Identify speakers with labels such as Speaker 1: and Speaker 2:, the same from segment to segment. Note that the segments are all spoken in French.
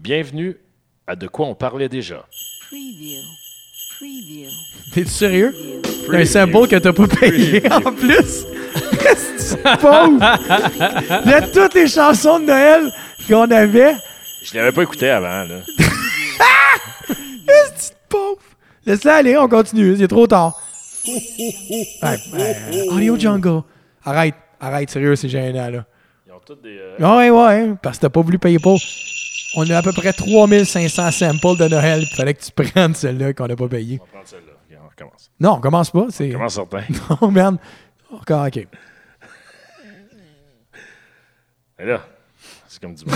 Speaker 1: Bienvenue à De quoi on parlait déjà.
Speaker 2: Preview. Preview.
Speaker 3: T'es sérieux? T'as un symbole que t'as pas payé en plus? Qu'est-ce que tu pauvre? Il y a toutes les chansons de Noël qu'on avait.
Speaker 1: Je l'avais pas écouté avant, là.
Speaker 3: Qu'est-ce que tu pauvre? Laisse-la aller, on continue. Il est trop tard. Ouais, ouais, Audio Jungle. Arrête, arrête, sérieux, c'est gênant, là.
Speaker 1: Ils ont toutes des. euh,
Speaker 3: Ouais, ouais, parce que t'as pas voulu payer pour. On a à peu près 3500 samples de Noël. Il fallait que tu prennes celle-là qu'on n'a pas payé.
Speaker 1: On va prendre celle-là. Ok, on recommence.
Speaker 3: Non, on commence pas. C'est...
Speaker 1: Comment certain?
Speaker 3: Non, merde. Ok, ok.
Speaker 1: Et là, c'est comme du monde.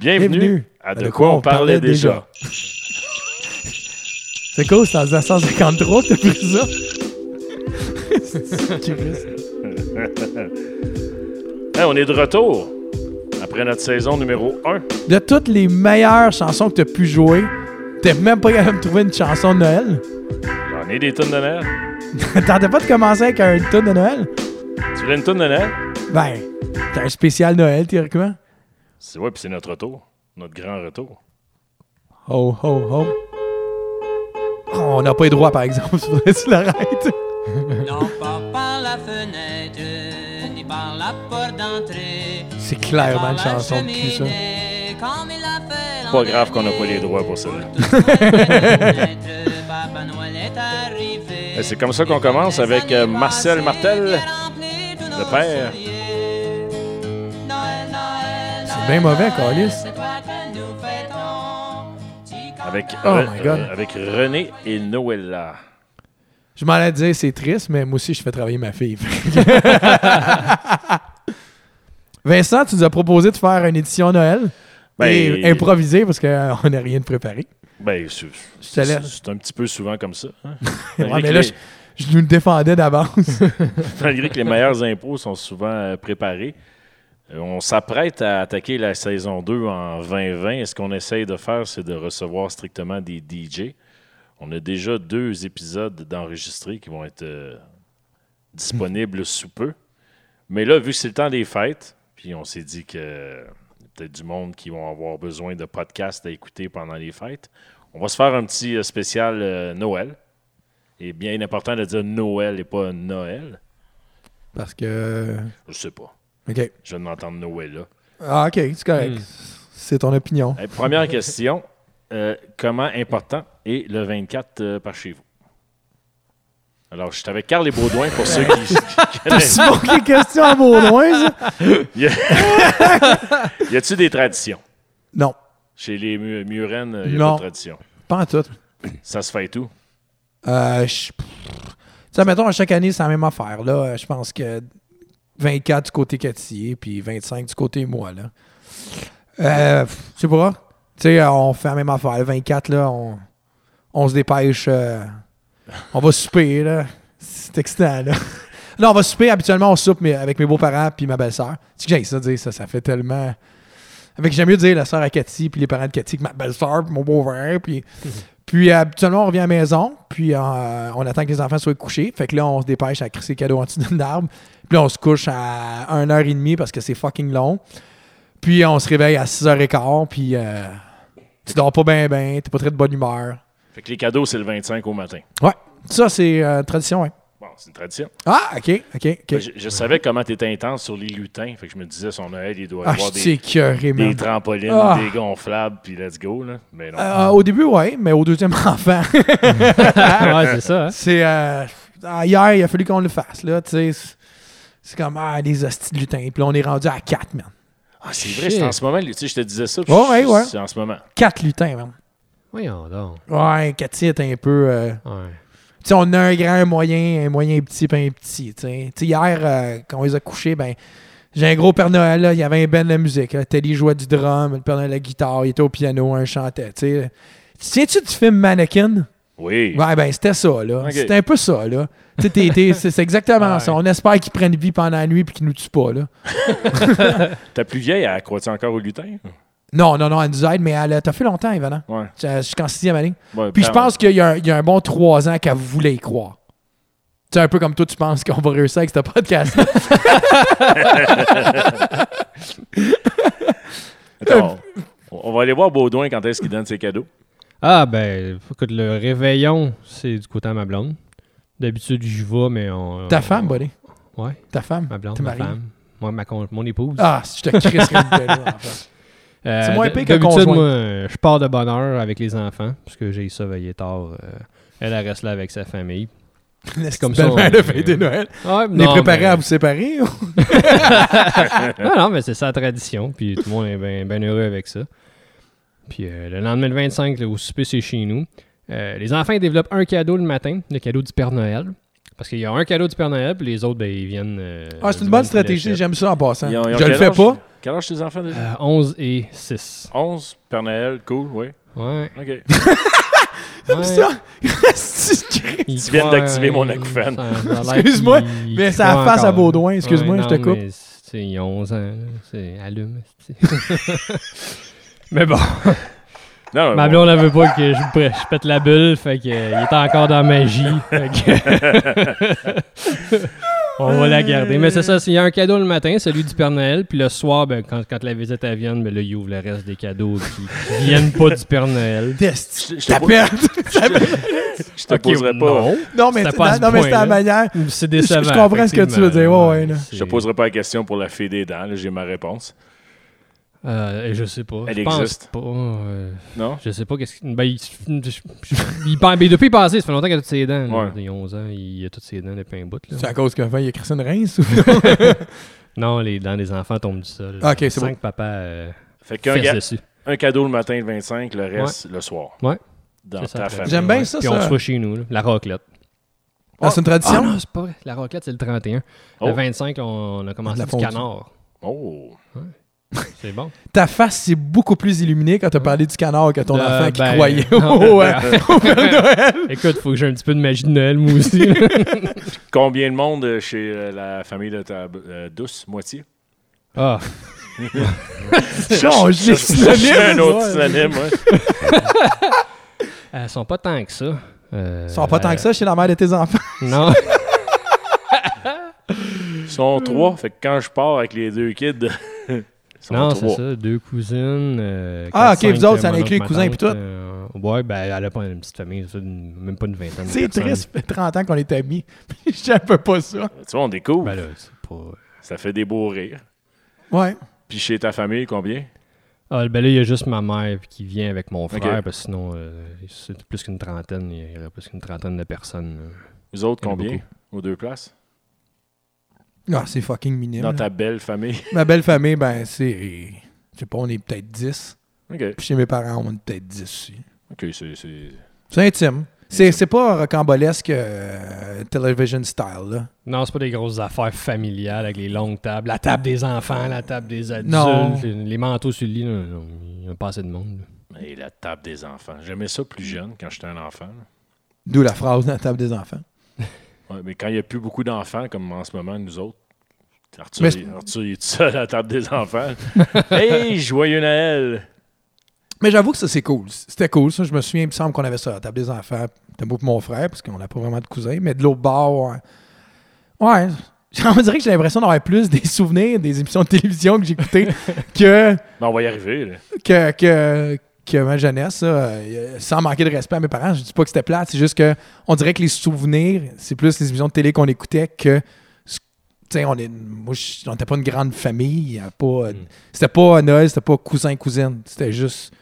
Speaker 1: Bienvenue, à De, quoi, on parlait déjà.
Speaker 3: C'est cool, c'est en 1953 que t'as pris ça. C'est Christ.
Speaker 1: Hey, on est de retour après notre saison numéro 1.
Speaker 3: de toutes les meilleures chansons que t'as pu jouer, t'es même pas capable de me trouver une chanson de Noël.
Speaker 1: J'en ai des tonnes de Noël.
Speaker 3: T'entends pas de commencer avec un tune de Noël?
Speaker 1: Tu voulais une tonne de Noël?
Speaker 3: Ben, t'as un spécial Noël, théoriquement.
Speaker 1: C'est ouais, puis c'est notre retour. Notre grand retour.
Speaker 3: Oh, oh, oh. on n'a pas les droits, par exemple. Faudrait-tu l'arrêter?
Speaker 4: Non, pas par la fenêtre, ni par la porte d'entrée.
Speaker 3: C'est clairement
Speaker 4: Par
Speaker 3: une
Speaker 4: la
Speaker 3: chanson de cul, ça.
Speaker 4: cheminée, comme il a fait l'an
Speaker 1: Pas grave qu'on n'a pas
Speaker 4: dernier.
Speaker 1: les droits pour celle-là.
Speaker 4: Papa Noël est arrivé.
Speaker 1: Et c'est comme ça qu'on commence avec euh, Marcel Martel, le père.
Speaker 3: C'est bien mauvais, Calis.
Speaker 1: avec,
Speaker 3: Oh
Speaker 1: Re-
Speaker 3: my God.
Speaker 1: euh, avec René et Noëlla.
Speaker 3: Je m'en allais dire, c'est triste, mais moi aussi, je fais travailler ma fille. Vincent, tu nous as proposé de faire une édition Noël.
Speaker 1: Ben-
Speaker 3: et improvisée, parce qu'on n'a rien de préparé.
Speaker 1: Ben, c'est
Speaker 3: te
Speaker 1: c'est-
Speaker 3: laisse.
Speaker 1: c'est un petit peu souvent comme ça. hein.
Speaker 3: Ouais,
Speaker 1: malgré,
Speaker 3: mais
Speaker 1: que
Speaker 3: là,
Speaker 1: les,
Speaker 3: je, je nous le défendais d'avance.
Speaker 1: malgré que les meilleurs impôts sont souvent euh, préparés, euh, on s'apprête à attaquer la saison 2 en 2020. Et ce qu'on essaye de faire, c'est de recevoir strictement des DJ. On a déjà deux épisodes d'enregistrés qui vont être euh, disponibles sous peu. Mais là, vu que c'est le temps des fêtes, puis on s'est dit que euh, il y a peut-être du monde qui vont avoir besoin de podcasts à écouter pendant les fêtes, on va se faire un petit euh, spécial euh, Noël. Et bien important de dire Noël et pas Noël.
Speaker 3: parce que.
Speaker 1: Je sais pas.
Speaker 3: OK.
Speaker 1: Je viens d'entendre Noël là.
Speaker 3: Ah, OK, c'est correct. C'est ton opinion.
Speaker 1: Hey, première question. Euh, comment important est le 24 euh, par chez vous? Alors, je suis avec Carl et Baudouin pour ceux qui.
Speaker 3: C'est bon que les questions à loin, ça?
Speaker 1: y a- y a-tu des traditions?
Speaker 3: Non,
Speaker 1: Chez les Mu- Murennes, il n'y a
Speaker 3: Non.
Speaker 1: pas de tradition.
Speaker 3: pas en tout.
Speaker 1: Ça se fait tout.
Speaker 3: Euh, je- pff, Tu sais, mettons, à chaque année, c'est la même affaire. Là, Euh, je pense que 24 du côté Cattier, puis 25 du côté moi, là. Euh, pff, je sais pas. Tu sais, euh, on fait la même affaire. Le 24, là, on, on se dépêche. euh, on va souper, là. C'est excitant, là. Non, on va souper. Habituellement, on soupe mais avec mes beaux-parents puis ma belle-sœur. Tu sais que j'ai ça dire, ça, ça fait tellement... Avec, j'aime mieux dire la sœur à Cathy puis les parents de Cathy que ma belle-sœur puis mon beau-frère, puis... Puis habituellement, on revient à la maison, puis euh, on attend que les enfants soient couchés. Fait que là, on se dépêche à crisser les cadeaux en dessous d'un arbre. Puis là, on se couche à 1h30 parce que c'est fucking long. Puis on se réveille à 6h15, puis euh, tu dors pas bien, bien, t'es pas très de bonne humeur.
Speaker 1: Fait que les cadeaux, c'est le 25 au matin.
Speaker 3: Ouais, ça, c'est euh, tradition, ouais.
Speaker 1: Bon, c'est une tradition.
Speaker 3: Ah, OK, OK, OK.
Speaker 1: Je, je savais comment tu étais intense sur les lutins. Fait que je me disais, son Noël, il doit y
Speaker 3: Ah,
Speaker 1: avoir
Speaker 3: je suis
Speaker 1: des, des
Speaker 3: écœuré, man.
Speaker 1: trampolines,
Speaker 3: Ah.
Speaker 1: des gonflables, puis let's go. Là. Mais non.
Speaker 3: Euh, au début, ouais, mais au deuxième enfant,
Speaker 5: Ah, ouais, c'est ça. hein.
Speaker 3: c'est... euh, ah, hier, il a fallu qu'on le fasse, là, tu sais. c'est- C'est comme, ah, des hosties de lutins. Puis là, on est rendu à 4, man.
Speaker 1: Ah, c'est vrai, c'est en ce moment. Tu sais, je te disais ça. puis
Speaker 3: Ouais, ouais,
Speaker 1: je-
Speaker 3: ouais.
Speaker 1: C'est en ce moment.
Speaker 3: 4 lutins, man.
Speaker 5: Voyons donc.
Speaker 3: Ouais, Cathy est un peu. euh,
Speaker 5: Ouais.
Speaker 3: tu sais, on a un grand, un moyen, un moyen petit, puis un petit. tu sais. Tu sais, hier, euh, quand on les a couchés, ben, j'ai un gros Père Noël, là, il y avait un band de musique. Là. Teddy jouait du drum, le Père Noël la guitare, il était au piano, un chantait. Tu sais. Tu te Souviens-tu du film Mannequin?
Speaker 1: Oui.
Speaker 3: Ouais, ben c'était ça, là.
Speaker 1: Ok.
Speaker 3: C'était un peu ça, là. Tu sais, t'es- t'es- c'est c'est exactement
Speaker 5: Ouais.
Speaker 3: ça. On espère qu'ils prennent vie pendant la nuit puis qu'ils nous tuent pas, là.
Speaker 1: Ta plus vieille, elle croit-tu encore au lutin?
Speaker 3: Non, non, non, elle nous aide, mais elle a- t'as fait longtemps, Yvanan.
Speaker 1: Ouais.
Speaker 3: Je suis en sixième année.
Speaker 1: Ouais,
Speaker 3: Puis je
Speaker 1: parle.
Speaker 3: pense qu'il y, a un- il y a un bon trois ans qu'elle voulait y croire. C'est un peu comme toi, tu penses qu'on va réussir avec ce podcast.
Speaker 1: Attends, on, on va aller voir Baudouin quand est-ce qu'il donne ses cadeaux.
Speaker 5: Ah, ben, écoute, le réveillon, c'est du côté à ma blonde. D'habitude, j'y vais, mais on.
Speaker 3: Ta femme, buddy.
Speaker 5: Ouais,
Speaker 3: Ta femme.
Speaker 5: ma blonde,
Speaker 3: T'es
Speaker 5: ma
Speaker 3: marié?
Speaker 5: femme. Moi, ma con- mon épouse.
Speaker 3: Ah, si je te crisserais une belle voix, en fait.
Speaker 5: Euh,
Speaker 3: c'est moins
Speaker 5: d-
Speaker 3: pire que
Speaker 5: D'habitude,
Speaker 3: conjointe.
Speaker 5: moi, euh, je pars de bonne heure avec les enfants, puisque j'ai ça veillé tard. euh, elle, elle reste là avec sa famille.
Speaker 3: C'est comme
Speaker 5: comme ça,
Speaker 3: ça.
Speaker 5: on-
Speaker 3: de fête de Noël.
Speaker 5: Ouais,
Speaker 3: On est préparé à vous séparer.
Speaker 5: Non, non, mais c'est ça la tradition. Puis tout le monde est bien heureux avec ça. Puis euh, le lendemain le 25, là, au souper, c'est chez nous. Euh, les enfants ils développent un cadeau le matin, le cadeau du Père Noël. Parce qu'il y a un cadeau du Père Noël, puis les autres, ben, ils viennent. euh,
Speaker 3: Ah, c'est une
Speaker 5: du
Speaker 3: bonne
Speaker 5: monde qui
Speaker 3: stratégie.
Speaker 5: l'achète.
Speaker 3: J'aime ça en passant.
Speaker 1: Ils ont- ils ont
Speaker 3: Je le
Speaker 1: quel
Speaker 3: fais
Speaker 1: âge?
Speaker 3: pas.
Speaker 1: Quel âge tes enfants déjà?
Speaker 5: Euh, 11 et 6.
Speaker 1: 11, Père Noël, cool, oui.
Speaker 5: Ouais.
Speaker 1: OK.
Speaker 5: ouais.
Speaker 3: Ça, c'est cri-
Speaker 5: Ils
Speaker 1: Tu viens
Speaker 5: croient,
Speaker 1: d'activer mon
Speaker 5: euh,
Speaker 1: acouphène.
Speaker 5: ça a l'air
Speaker 3: Excuse-moi,
Speaker 5: qu'ils-
Speaker 3: mais
Speaker 5: qu'ils
Speaker 3: ça
Speaker 5: croient
Speaker 3: face à
Speaker 5: encore.
Speaker 3: Baudouin. Excuse-moi,
Speaker 5: Ouais,
Speaker 3: je te
Speaker 5: non,
Speaker 3: coupe.
Speaker 5: mais c'est- Ils ont 11 ans. là. C'est allume. mais bon.
Speaker 1: Non,
Speaker 5: Ma
Speaker 1: bon,
Speaker 5: blonde, elle veut pas que je, pr- je pète la bulle, fait que, euh, il est encore dans la magie. fait que- On va la garder. Mais c'est ça, il y a un cadeau le matin, celui du Père Noël, puis le soir, ben, quand, quand la visite elle vient, ben, là, il ouvre le reste des cadeaux qui qui viennent pas du Père Noël.
Speaker 3: Test.
Speaker 1: Je- je te
Speaker 3: Ta
Speaker 1: vois-
Speaker 3: perte.
Speaker 1: je te
Speaker 5: Ok,
Speaker 1: poserai pas.
Speaker 5: non.
Speaker 3: Non, mais
Speaker 5: C'était
Speaker 3: c'est
Speaker 5: pas à
Speaker 3: non,
Speaker 5: ce
Speaker 3: non, mais c'est
Speaker 5: point-là.
Speaker 3: la manière.
Speaker 5: C'est décevant.
Speaker 3: je comprends ce que tu veux dire, ouais, ouais, là.
Speaker 1: Je te poserai pas la question pour la fée des dents, là, j'ai ma réponse.
Speaker 5: Euh, je sais pas.
Speaker 1: Elle
Speaker 5: je pense
Speaker 1: existe.
Speaker 5: Pas, euh,
Speaker 1: Non?
Speaker 5: je sais pas qu'est-ce qu'il. Ben, il, je- je- il pen- mais depuis il pensait, ça fait longtemps qu'il a toutes ses dents. là.
Speaker 1: Ouais.
Speaker 5: Il a 11 ans, il a toutes ses dents depuis un bout. Là.
Speaker 3: C'est à cause qu'avant, il y a Christine Reims ou
Speaker 5: Non, les dents des enfants tombent du sol.
Speaker 3: Ah, ok, c'est
Speaker 5: Sans
Speaker 3: bon.
Speaker 5: que papa euh,
Speaker 1: Fait qu'un
Speaker 5: fesse
Speaker 1: ga-
Speaker 5: dessus.
Speaker 1: un cadeau le matin le 25, le reste le soir.
Speaker 5: Ouais.
Speaker 1: Dans
Speaker 5: C'est ça,
Speaker 1: ta
Speaker 5: très
Speaker 1: famille.
Speaker 3: J'aime bien ça,
Speaker 5: Puis
Speaker 3: ça.
Speaker 5: on se voit chez nous, là. la raclette.
Speaker 3: Ah, c'est une
Speaker 5: Ah
Speaker 3: tradition?
Speaker 5: non, c'est pas vrai. La raclette, c'est le 31.
Speaker 1: Oh.
Speaker 5: Le 25, on a commencé
Speaker 3: La
Speaker 5: du
Speaker 3: fondue.
Speaker 5: canard.
Speaker 1: Oh!
Speaker 5: C'est bon.
Speaker 3: Ta face, c'est beaucoup plus illuminée quand t'as parlé du canard que ton
Speaker 5: Euh,
Speaker 3: enfant qui
Speaker 5: ben,
Speaker 3: croyait
Speaker 5: non,
Speaker 3: au,
Speaker 5: ben,
Speaker 3: euh, au Père Noël.
Speaker 5: Écoute, faut que j'ai un petit peu de magie de Noël, moi aussi. là.
Speaker 1: Combien de monde euh, chez euh, la famille de ta euh, douce? Moitié?
Speaker 5: Ah,
Speaker 3: Change les synonymes.
Speaker 1: un autre
Speaker 3: ouais.
Speaker 1: synonyme, ouais.
Speaker 5: elles sont pas tant que ça. Euh,
Speaker 3: Ils sont pas tant que ça chez la mère de tes enfants.
Speaker 5: Non.
Speaker 1: Ils sont trois. Fait que quand je pars avec les deux kids, ils sont
Speaker 5: Non, c'est
Speaker 1: trois.
Speaker 5: ça. Deux cousines. euh,
Speaker 3: Ah,
Speaker 5: quatre,
Speaker 3: ok, vous
Speaker 5: cinq,
Speaker 3: autres, ça
Speaker 5: euh, mon
Speaker 3: inclut les
Speaker 5: oncle,
Speaker 3: cousins
Speaker 5: ma
Speaker 3: pis
Speaker 5: tante,
Speaker 3: tout.
Speaker 5: euh, ouais, ben, elle a pas une petite famille, c'est une- même pas une vingtaine. de
Speaker 3: C'est
Speaker 5: personnes.
Speaker 3: triste, ça fait 30 ans qu'on est amis. J'aime un peu pas ça.
Speaker 1: Tu vois, on découvre.
Speaker 5: Ben là, c'est pas.
Speaker 1: Ça fait des beaux rires.
Speaker 3: Ouais.
Speaker 1: Puis chez ta famille, combien?
Speaker 5: Ah, ben là, il y a juste ma mère qui vient avec mon frère,
Speaker 1: Ok.
Speaker 5: parce que sinon, euh, c'est plus qu'une trentaine. Il y aurait plus qu'une trentaine de personnes. là.
Speaker 1: Vous autres,
Speaker 5: Il y en a
Speaker 1: combien?
Speaker 5: beaucoup.
Speaker 1: Aux deux places?
Speaker 3: Ah, c'est fucking minime.
Speaker 1: Dans
Speaker 3: là.
Speaker 1: ta belle famille.
Speaker 3: Ma belle famille, ben, c'est. Je sais pas, on est peut-être 10.
Speaker 1: OK.
Speaker 3: Puis chez mes parents, on est peut-être 10 aussi.
Speaker 1: OK, c'est- c'est...
Speaker 3: C'est intime. C'est c'est pas rocambolesque euh, television style, là.
Speaker 5: Non, c'est pas des grosses affaires familiales avec les longues tables. La table des enfants, la table des adultes,
Speaker 3: Non.
Speaker 5: les, les manteaux sur le lit. là, non, il y a pas assez de monde. là.
Speaker 1: Et la table des enfants. J'aimais ça plus jeune, quand j'étais un enfant. là.
Speaker 3: D'où la phrase dans la table des enfants.
Speaker 1: Ouais, mais quand il n'y a plus beaucoup d'enfants, comme en ce moment, nous autres, Arthur,
Speaker 3: Mais
Speaker 1: il- Arthur, il est tout seul à la table des enfants. hey, joyeux Noël!
Speaker 3: Mais j'avoue que ça, c'est cool. C'était cool, ça. Je me souviens, il me semble qu'on avait ça à la table des enfants. C'était beau pour mon frère, parce qu'on n'a pas vraiment de cousins. Mais de l'autre bord, ouais. Ouais. On dirait que j'ai l'impression d'avoir plus des souvenirs des émissions de télévision que j'écoutais que,
Speaker 1: Mais Ben, on va y arriver. là.
Speaker 3: que, que, que ma jeunesse. ça. Euh, sans manquer de respect à mes parents, je dis pas que c'était plate. C'est juste que on dirait que les souvenirs, c'est plus les émissions de télé qu'on écoutait que. ce- Tu sais, on est. Moi, je- on n'était pas une grande famille. y a pas, euh, C'était pas Noël, c'était pas cousin-cousine. C'était juste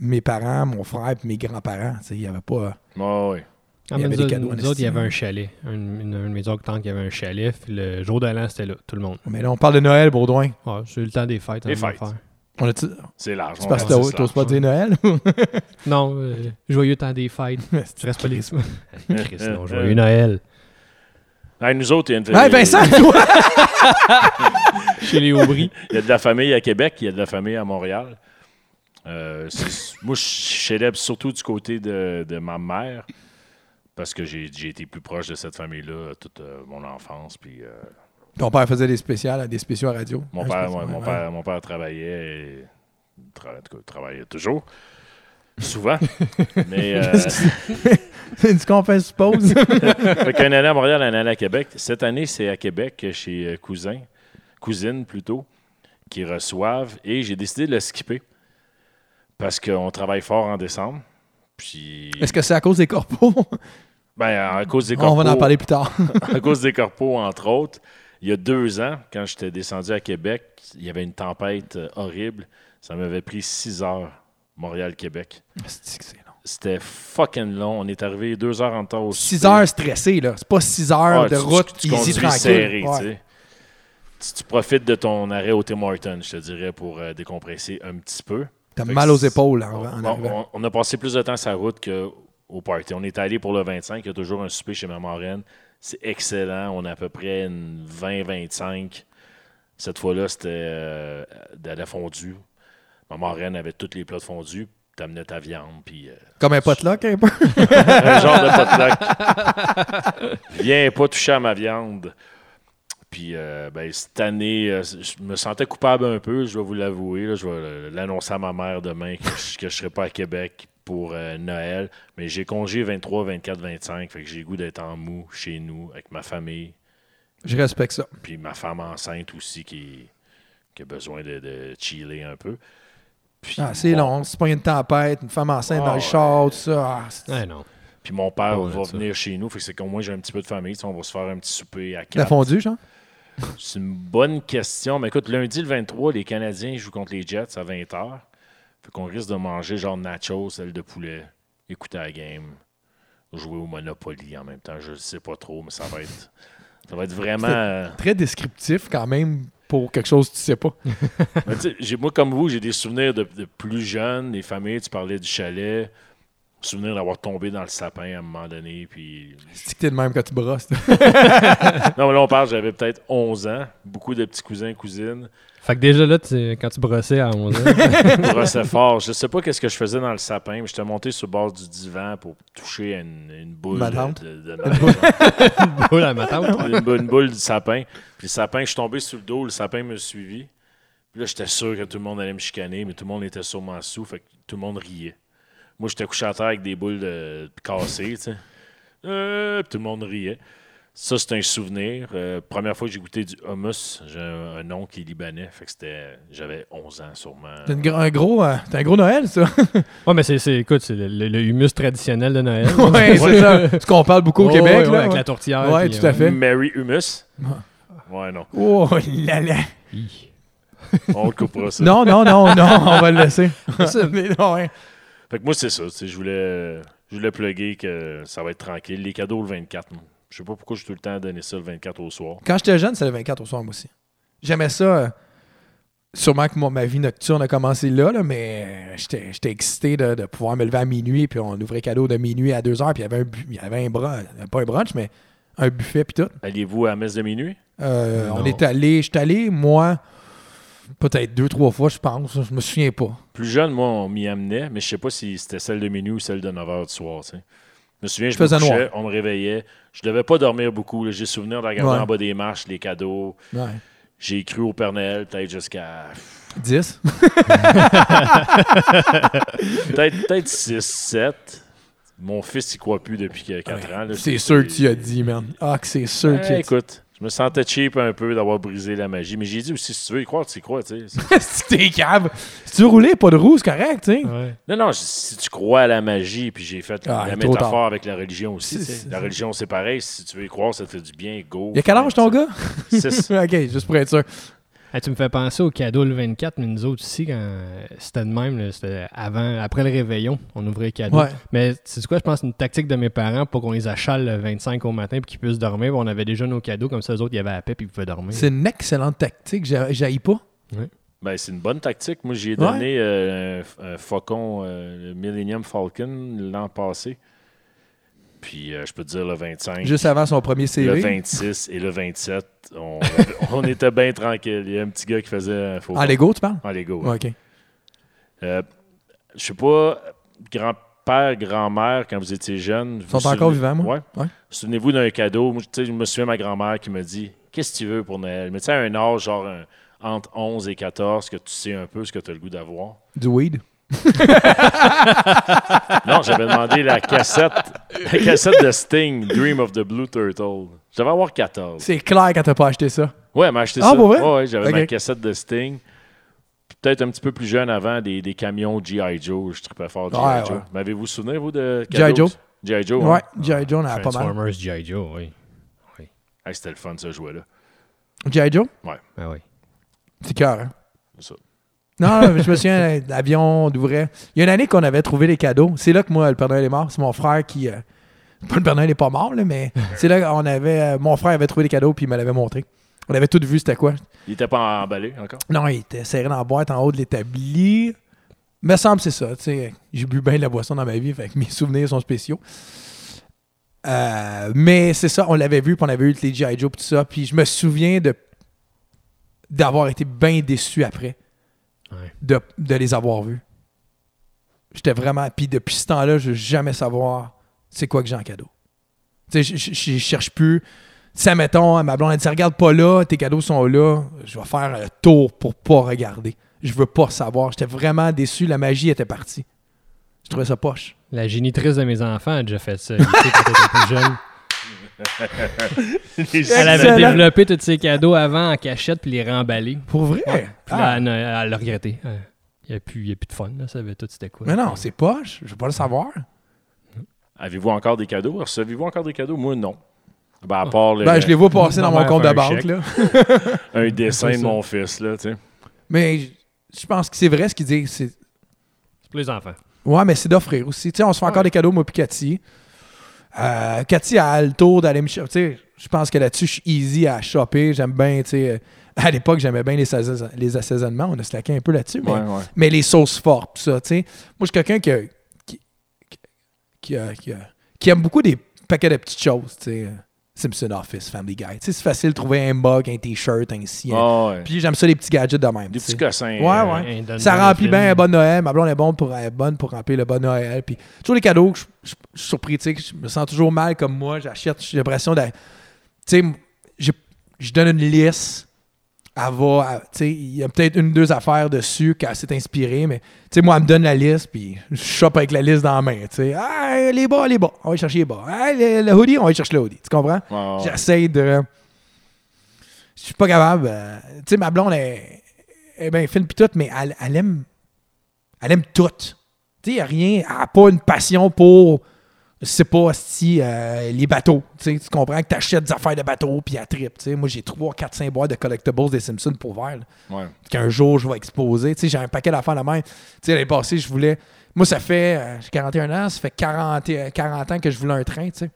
Speaker 3: mes parents, mon frère et mes grands-parents. Tu sais, Il y avait pas.
Speaker 1: Ouais, ouais.
Speaker 5: Ah,
Speaker 3: Il y
Speaker 5: mais
Speaker 3: avait
Speaker 5: nous,
Speaker 3: des
Speaker 5: autres-
Speaker 3: cadeaux en
Speaker 5: nous autres, il y
Speaker 3: estime.
Speaker 5: avait un chalet. Un, une, un de mes autres tantes, il y avait un chalet. Puis le jour de l'an, c'était là, tout le monde.
Speaker 3: Mais là, on parle de Noël, Baudouin.
Speaker 5: Ah, c'est le temps des fêtes.
Speaker 1: Les
Speaker 5: on va
Speaker 1: fêtes.
Speaker 5: faire.
Speaker 3: On a-tu-
Speaker 1: C'est large.
Speaker 3: C'est
Speaker 1: on
Speaker 3: parce que
Speaker 1: va
Speaker 3: t'as-
Speaker 1: dire large.
Speaker 3: t'oses pas dire Noël?
Speaker 5: Non, euh, joyeux temps des fêtes. Tu restes pas les Christ, non, joyeux Noël.
Speaker 1: Hey, nous autres, il y a une
Speaker 3: Hey, Vincent, toi!
Speaker 5: Chez les Aubry.
Speaker 1: Il y a de la famille à Québec, il y a de la famille à Montréal. Euh, c'est- moi, je célèbre surtout du côté de, de ma mère, parce que j'ai j'ai été plus proche de cette famille-là toute euh, mon enfance. Puis, euh,
Speaker 3: Ton père faisait des spéciales, des spéciaux à radio. Hein,
Speaker 1: mon,
Speaker 3: Un
Speaker 1: père,
Speaker 3: spécial,
Speaker 1: ouais, mon,
Speaker 3: ouais.
Speaker 1: père, mon père travaillait, et tra- en tout cas, travaillait toujours, souvent. Mais euh,
Speaker 3: C'est du qu'on fait, je suppose.
Speaker 1: fait qu'un année à Montréal, un année à Québec. Cette année, c'est à Québec, chez euh, Cousin, Cousine plutôt, qui reçoivent, et j'ai décidé de le skipper. Parce qu'on travaille fort en décembre. Puis,
Speaker 3: Est-ce que c'est à cause des corpos?
Speaker 1: ben, à cause des
Speaker 3: On va en
Speaker 1: corpos-
Speaker 3: parler plus tard.
Speaker 1: à cause des corpos, entre autres. Il y a deux ans, quand j'étais descendu à Québec, il y avait une tempête euh, horrible. Ça m'avait pris six heures, Montréal-Québec.
Speaker 3: C'est- c'est long.
Speaker 1: C'était fucking long. On est arrivé deux heures en retard au
Speaker 3: Six
Speaker 1: souper.
Speaker 3: heures stressées, là. C'est pas six heures
Speaker 1: Ouais,
Speaker 3: de
Speaker 1: Ah, tu-
Speaker 3: route
Speaker 1: tu, tu
Speaker 3: easy,
Speaker 1: conduis
Speaker 3: tranquille.
Speaker 1: serré,
Speaker 3: Ouais.
Speaker 1: tu sais. Tu- tu profites de ton arrêt au Tim Hortons, je te dirais, pour euh, décompresser un petit peu.
Speaker 3: T'as
Speaker 1: Fait que
Speaker 3: mal aux
Speaker 1: c'est-
Speaker 3: épaules en,
Speaker 1: On,
Speaker 3: en
Speaker 1: on-
Speaker 3: arrivant.
Speaker 1: on- on a passé plus de temps sur la route qu'au party. On est allé pour le 25. Il y a toujours un souper chez ma marraine. C'est excellent. On a à peu près une 20-25. Cette fois-là, c'était euh, de la fondue. Ma marraine avait tous les plats de fondue. T'amenais ta viande. Puis, euh,
Speaker 3: Comme un potluck, un peu.
Speaker 1: un genre de potluck. Viens pas toucher à ma viande. Puis, euh, ben, cette année, euh, je me sentais coupable un peu, je vais vous l'avouer. là. Je vais l'annoncer à ma mère demain que je ne serai pas à Québec pour euh, Noël. Mais j'ai congé 23, 24, 25. Fait que j'ai le goût d'être en mou chez nous, avec ma famille.
Speaker 3: Je respecte ça.
Speaker 1: Puis ma femme enceinte aussi qui, qui a besoin de, de chiller un peu. Puis
Speaker 3: Ah, c'est
Speaker 1: mon-
Speaker 3: long. C'est pas une tempête, une femme enceinte dans
Speaker 1: Ah,
Speaker 3: le char, tout ça. Ah, c'est-
Speaker 5: Ouais, non.
Speaker 1: Puis mon père
Speaker 5: Pas mal,
Speaker 1: va
Speaker 5: ça.
Speaker 1: venir chez nous. Fait que c'est qu'au moins j'ai un petit peu de famille. Tu sais, on va se faire un petit souper à
Speaker 3: la
Speaker 1: quatre.
Speaker 3: fondue, genre?
Speaker 1: C'est une bonne question. Mais écoute, lundi le 23, les Canadiens jouent contre les Jets à 20h. Fait qu'on risque de manger genre nachos, celle de poulet, écouter la game, jouer au Monopoly en même temps. Je ne sais pas trop, mais ça va être. Ça va être vraiment. euh,
Speaker 3: Très descriptif, quand même, pour quelque chose que tu sais pas.
Speaker 1: euh, mais tu sais, j'ai- moi, comme vous, j'ai des souvenirs de, de plus jeune, des familles. Tu parlais du chalet. Souvenir d'avoir tombé dans le sapin à un moment donné. Puis
Speaker 3: C'est que t'es de même quand tu brosses. là.
Speaker 1: Non, mais là, on parle, j'avais peut-être 11 ans. Beaucoup de petits cousins, cousines.
Speaker 5: Fait que déjà là, tu- quand tu brossais à 11 ans,
Speaker 1: Je brossais fort. Je sais pas qu'est-ce que je faisais dans le sapin, mais j'étais monté sur le bord du divan pour toucher à une, une boule.
Speaker 3: Ma tante.
Speaker 1: de- de- de-
Speaker 5: oh là, ma tante.
Speaker 1: une, boule- une boule du sapin. Puis le sapin, je suis tombé sur le dos, le sapin me suivit. Puis là, j'étais sûr que tout le monde allait me chicaner, mais tout le monde était sûrement sous, fait que tout le monde riait. Moi, j'étais couché à terre avec des boules de... cassées, tu sais. Euh, puis tout le monde riait. Ça, c'est un souvenir. Euh, première fois que j'ai goûté du hummus, j'ai un, un oncle qui est libanais. Fait que c'était. J'avais 11 ans sûrement.
Speaker 3: T'as une gr- un, gros, euh, t'as un gros Noël, ça.
Speaker 5: Ouais, mais c'est, c'est- écoute, c'est le, le- le humus traditionnel de Noël.
Speaker 3: ouais, c'est ça. Ce qu'on parle beaucoup au
Speaker 5: Ouais,
Speaker 3: Québec,
Speaker 5: ouais,
Speaker 3: là.
Speaker 5: avec
Speaker 3: ouais.
Speaker 5: la tourtière.
Speaker 3: Ouais,
Speaker 5: puis, euh,
Speaker 3: tout à fait.
Speaker 1: Mary Hummus. Ouais, non.
Speaker 3: Oh là là.
Speaker 5: Hi.
Speaker 1: On le coupera ça.
Speaker 3: Non, non, non, non, on va le laisser. Ça, mais non, hein.
Speaker 1: Fait que moi, c'est ça. tu sais, Je voulais, je voulais plugger que ça va être tranquille. Les cadeaux le 24. moi. Je sais pas pourquoi j'ai tout le temps donné ça le 24 au soir.
Speaker 3: Quand j'étais jeune, c'était le 24 au soir, moi aussi. J'aimais ça. euh, Sûrement que moi, ma vie nocturne a commencé là, là, mais euh, j'étais j'étais excité de, de pouvoir me lever à minuit, puis on ouvrait cadeau de minuit à 2 heures, puis il y avait un, bu- il y avait un brunch, pas un brunch, mais un buffet, puis tout.
Speaker 1: Alliez-vous à la messe de minuit?
Speaker 3: Euh, on
Speaker 5: Non.
Speaker 3: est allé, j'étais allé, moi, peut-être deux, trois fois, je pense, je me souviens pas.
Speaker 1: Plus jeune, moi, on m'y amenait, mais je sais pas si c'était celle de minuit ou celle de 9h du soir. tu sais. Je me souviens, je, me
Speaker 3: Faisait
Speaker 1: couchais,
Speaker 3: noir.
Speaker 1: on me réveillait. Je devais pas dormir beaucoup. là. J'ai souvenir de regarder
Speaker 3: Ouais.
Speaker 1: en bas des marches les cadeaux. J'ai cru au Père Noël peut-être jusqu'à
Speaker 3: 10.
Speaker 1: peut-être peut 6, 7. Mon fils, il croit plus depuis 4 ans. là.
Speaker 3: c'est sûr que tu as dit, man. Ah, que c'est sûr
Speaker 1: Eh,
Speaker 3: que tu as dit.
Speaker 1: écoute, je me sentais cheap un peu d'avoir brisé la magie, mais j'ai dit aussi, si tu veux y croire, tu y crois, tu sais.
Speaker 3: si t'es cave, si tu roulais pas de roue, c'est correct, tu sais.
Speaker 5: Ouais.
Speaker 1: Non, non, je- si tu crois à la magie, puis j'ai fait
Speaker 3: Ah,
Speaker 1: la
Speaker 3: trop tard.
Speaker 1: métaphore avec la religion aussi, tu
Speaker 3: C'est-
Speaker 1: sais.
Speaker 3: c'est-
Speaker 1: La religion, c'est pareil, si tu veux y croire, ça te fait du bien, go.
Speaker 3: Il a quel âge ton gars?
Speaker 1: Six.
Speaker 3: ok, juste pour être sûr.
Speaker 5: Ah, tu me fais penser au cadeau le 24, mais nous autres ici, quand euh, c'était de même, là, c'était avant, après le réveillon, on ouvrait les cadeaux.
Speaker 3: Ouais.
Speaker 5: Mais c'est quoi, je pense, une tactique de mes parents pour qu'on les achale le 25 au matin puis qu'ils puissent dormir. On avait déjà nos cadeaux, comme ça, eux autres, ils avaient la paix puis ils pouvaient dormir.
Speaker 3: C'est une excellente tactique, j'a- j'haïs pas.
Speaker 1: Ben, c'est une bonne tactique. Moi, j'ai
Speaker 3: Ouais.
Speaker 1: donné euh, un, un faucon, euh, le Millennium Falcon, l'an passé. Puis, euh, je peux te dire, le 25.
Speaker 3: Juste avant son premier
Speaker 1: Le
Speaker 3: CV.
Speaker 1: 26 et le 27, on, on était bien tranquille. Il y a un petit gars qui faisait un faux. Ah,
Speaker 3: En Ah, Lego, tu parles?
Speaker 1: En Lego.
Speaker 3: Ouais, ok.
Speaker 1: Euh, je sais pas, grand-père, grand-mère, quand vous étiez jeune.
Speaker 3: Ils sont encore vivants, moi.
Speaker 1: Ouais.
Speaker 3: Ouais.
Speaker 1: Souvenez-vous d'un cadeau. Moi, tu sais, je me souviens de ma grand-mère qui me dit Qu'est-ce que tu veux pour Noël Mais tu sais, à un âge, genre un- entre 11 et 14, que tu sais un peu ce que tu as le goût d'avoir.
Speaker 3: Du weed.
Speaker 1: Non, j'avais demandé la cassette, la cassette de Sting, Dream of the Blue Turtle. Je devais avoir 14.
Speaker 3: C'est clair quand t'as pas acheté ça.
Speaker 1: Ouais, elle m'a acheté
Speaker 3: Ah,
Speaker 1: ça.
Speaker 3: pour vrai?
Speaker 1: Ouais, ouais, j'avais
Speaker 3: Ok.
Speaker 1: ma cassette de Sting. peut-être un petit peu plus jeune avant, des, des camions G.I. Joe. Je trippais fort G.I.
Speaker 3: Ouais,
Speaker 1: Joe.
Speaker 3: ouais.
Speaker 1: M'avez-vous souvenir, vous, de
Speaker 3: G.I.
Speaker 1: cadeaux?
Speaker 3: Joe.
Speaker 1: G.I. Joe, hein?
Speaker 3: Ouais, G.I. Joe, on en a pas mal.
Speaker 5: Transformers G.I. Joe, oui.
Speaker 1: Hey, C'était le fun, ce jouet-là.
Speaker 3: G.I. Joe,
Speaker 5: Ah oui.
Speaker 3: c'est cœur. hein.
Speaker 1: C'est ça.
Speaker 3: Non, non, mais je me souviens, l'avion on ouvrait. Il y a une année qu'on avait trouvé les cadeaux. C'est là que moi, le Père Noël est mort. C'est mon frère qui. euh, Pas le Père Noël est pas mort, là, mais c'est là qu'on avait. euh, Mon frère avait trouvé les cadeaux puis il me l'avait montré. On avait tout vu, c'était quoi.
Speaker 1: Il était pas emballé encore.
Speaker 3: Non, il était serré dans la boîte en haut de l'établi. Me semble que c'est ça. tu sais. J'ai bu bien de la boisson dans ma vie, fait que mes souvenirs sont spéciaux. Euh, mais c'est ça, on l'avait vu, puis on avait eu les G.I. Joe, puis tout ça. Puis je me souviens de d'avoir été bien déçu après
Speaker 5: Ouais.
Speaker 3: de, de les avoir vus. J'étais vraiment. Puis depuis ce temps-là, je veux jamais savoir c'est quoi que j'ai en cadeau. Tu sais, je- je je cherche plus. Ça, mettons, hein, ma blonde, elle dit Regarde pas là, tes cadeaux sont là. Je vais faire le tour pour pas regarder. Je veux pas savoir. J'étais vraiment déçu. La magie était partie. Je trouvais ça poche.
Speaker 5: La génitrice de mes enfants a déjà fait ça. tu sais, quand elle était plus jeune. Elle avait
Speaker 3: Excellent.
Speaker 5: développé tous ses cadeaux avant en cachette puis les remballés.
Speaker 3: Pour vrai?
Speaker 5: Puis
Speaker 3: Ah,
Speaker 5: là, elle, a- elle l'a regretté. Euh, Il n'y a, plus il y a plus de fun. Là. Ça avait tout, c'était quoi.
Speaker 3: mais non, c'est poche. Je veux pas le savoir.
Speaker 1: Avez-vous encore des cadeaux? Recevez-vous encore des cadeaux? Moi, non. Ben, à part le-
Speaker 3: Ben, je les vois passer dans
Speaker 5: Ma
Speaker 3: mon
Speaker 5: mère
Speaker 3: compte
Speaker 5: fait
Speaker 3: de
Speaker 5: un
Speaker 3: banque.
Speaker 5: chèque.
Speaker 3: Là.
Speaker 1: un dessin
Speaker 5: C'est
Speaker 1: de
Speaker 5: ça.
Speaker 1: mon fils, là, tu sais.
Speaker 3: Mais je- je pense que c'est vrai ce qu'il dit. C'est
Speaker 5: C'est pour les enfants.
Speaker 3: Ouais, mais c'est d'offrir aussi. Tu sais, on se fait encore
Speaker 5: Ouais.
Speaker 3: des cadeaux, moi puis Cathy. Euh, Cathy a le tour d'aller me chercher. Tu sais, je pense que là-dessus, je suis easy à shopper. J'aime bien, tu sais. euh, À l'époque, j'aimais bien les, saisons- les assaisonnements. On a slaqué un peu là-dessus. Mais,
Speaker 1: Ouais, ouais.
Speaker 3: mais les sauces fortes, pis ça, tu sais. Moi, je suis quelqu'un qui, a- qui, qui a- qui a- qui aime beaucoup des paquets de petites choses, tu sais. Simpson Office, Family Guy. Tu sais, c'est facile de trouver un mug, un T-shirt, un sien.
Speaker 1: Ah, ouais.
Speaker 3: Puis j'aime ça, les petits gadgets de même.
Speaker 1: Des
Speaker 3: tu sais.
Speaker 1: petits cossins.
Speaker 3: Ouais,
Speaker 1: euh,
Speaker 3: Ah ouais.
Speaker 5: Un Dungeon
Speaker 3: Ça remplit
Speaker 5: Film.
Speaker 3: bien un bon Noël. Ma blonde est bonne pour, elle est bonne pour remplir le bon Noël. Puis, toujours les cadeaux, que je je- je suis surpris. tu sais, que Je me sens toujours mal comme moi. J'achète, j'ai l'impression de. Tu sais, j'ai- je donne une liste. Elle va. elle- tu sais, il y a peut-être une, deux affaires dessus qu'elle s'est inspirée. Mais, tu sais, moi, elle me donne la liste. Puis, je chope avec la liste dans la main. Tu sais, ah, les bas, les bas. On va aller chercher les bas. Ah, le, le hoodie, on va aller chercher le hoodie. Tu comprends?
Speaker 1: ouais, ouais.
Speaker 3: J'essaie de. Je suis pas capable. euh, Tu sais, ma blonde est, est bien fine pis tout, mais elle, elle aime. Elle aime tout. Tu sais, y a rien. Elle n'a pas une passion pour. Je sais pas si euh, les bateaux. Tu sais, tu comprends que t'achètes des affaires de bateaux puis elle tripe. Tu sais, moi j'ai 3, 4, 5 boîtes de collectibles des Simpsons pour verre. là
Speaker 1: Ouais.
Speaker 3: qu'un jour je vais exposer. Tu sais, j'ai un paquet d'affaires la main. Tu sais, l'année passée, je voulais. Moi, ça fait. euh, j'ai 41 ans, ça fait 40, et- 40 ans que je voulais un train, tu sais.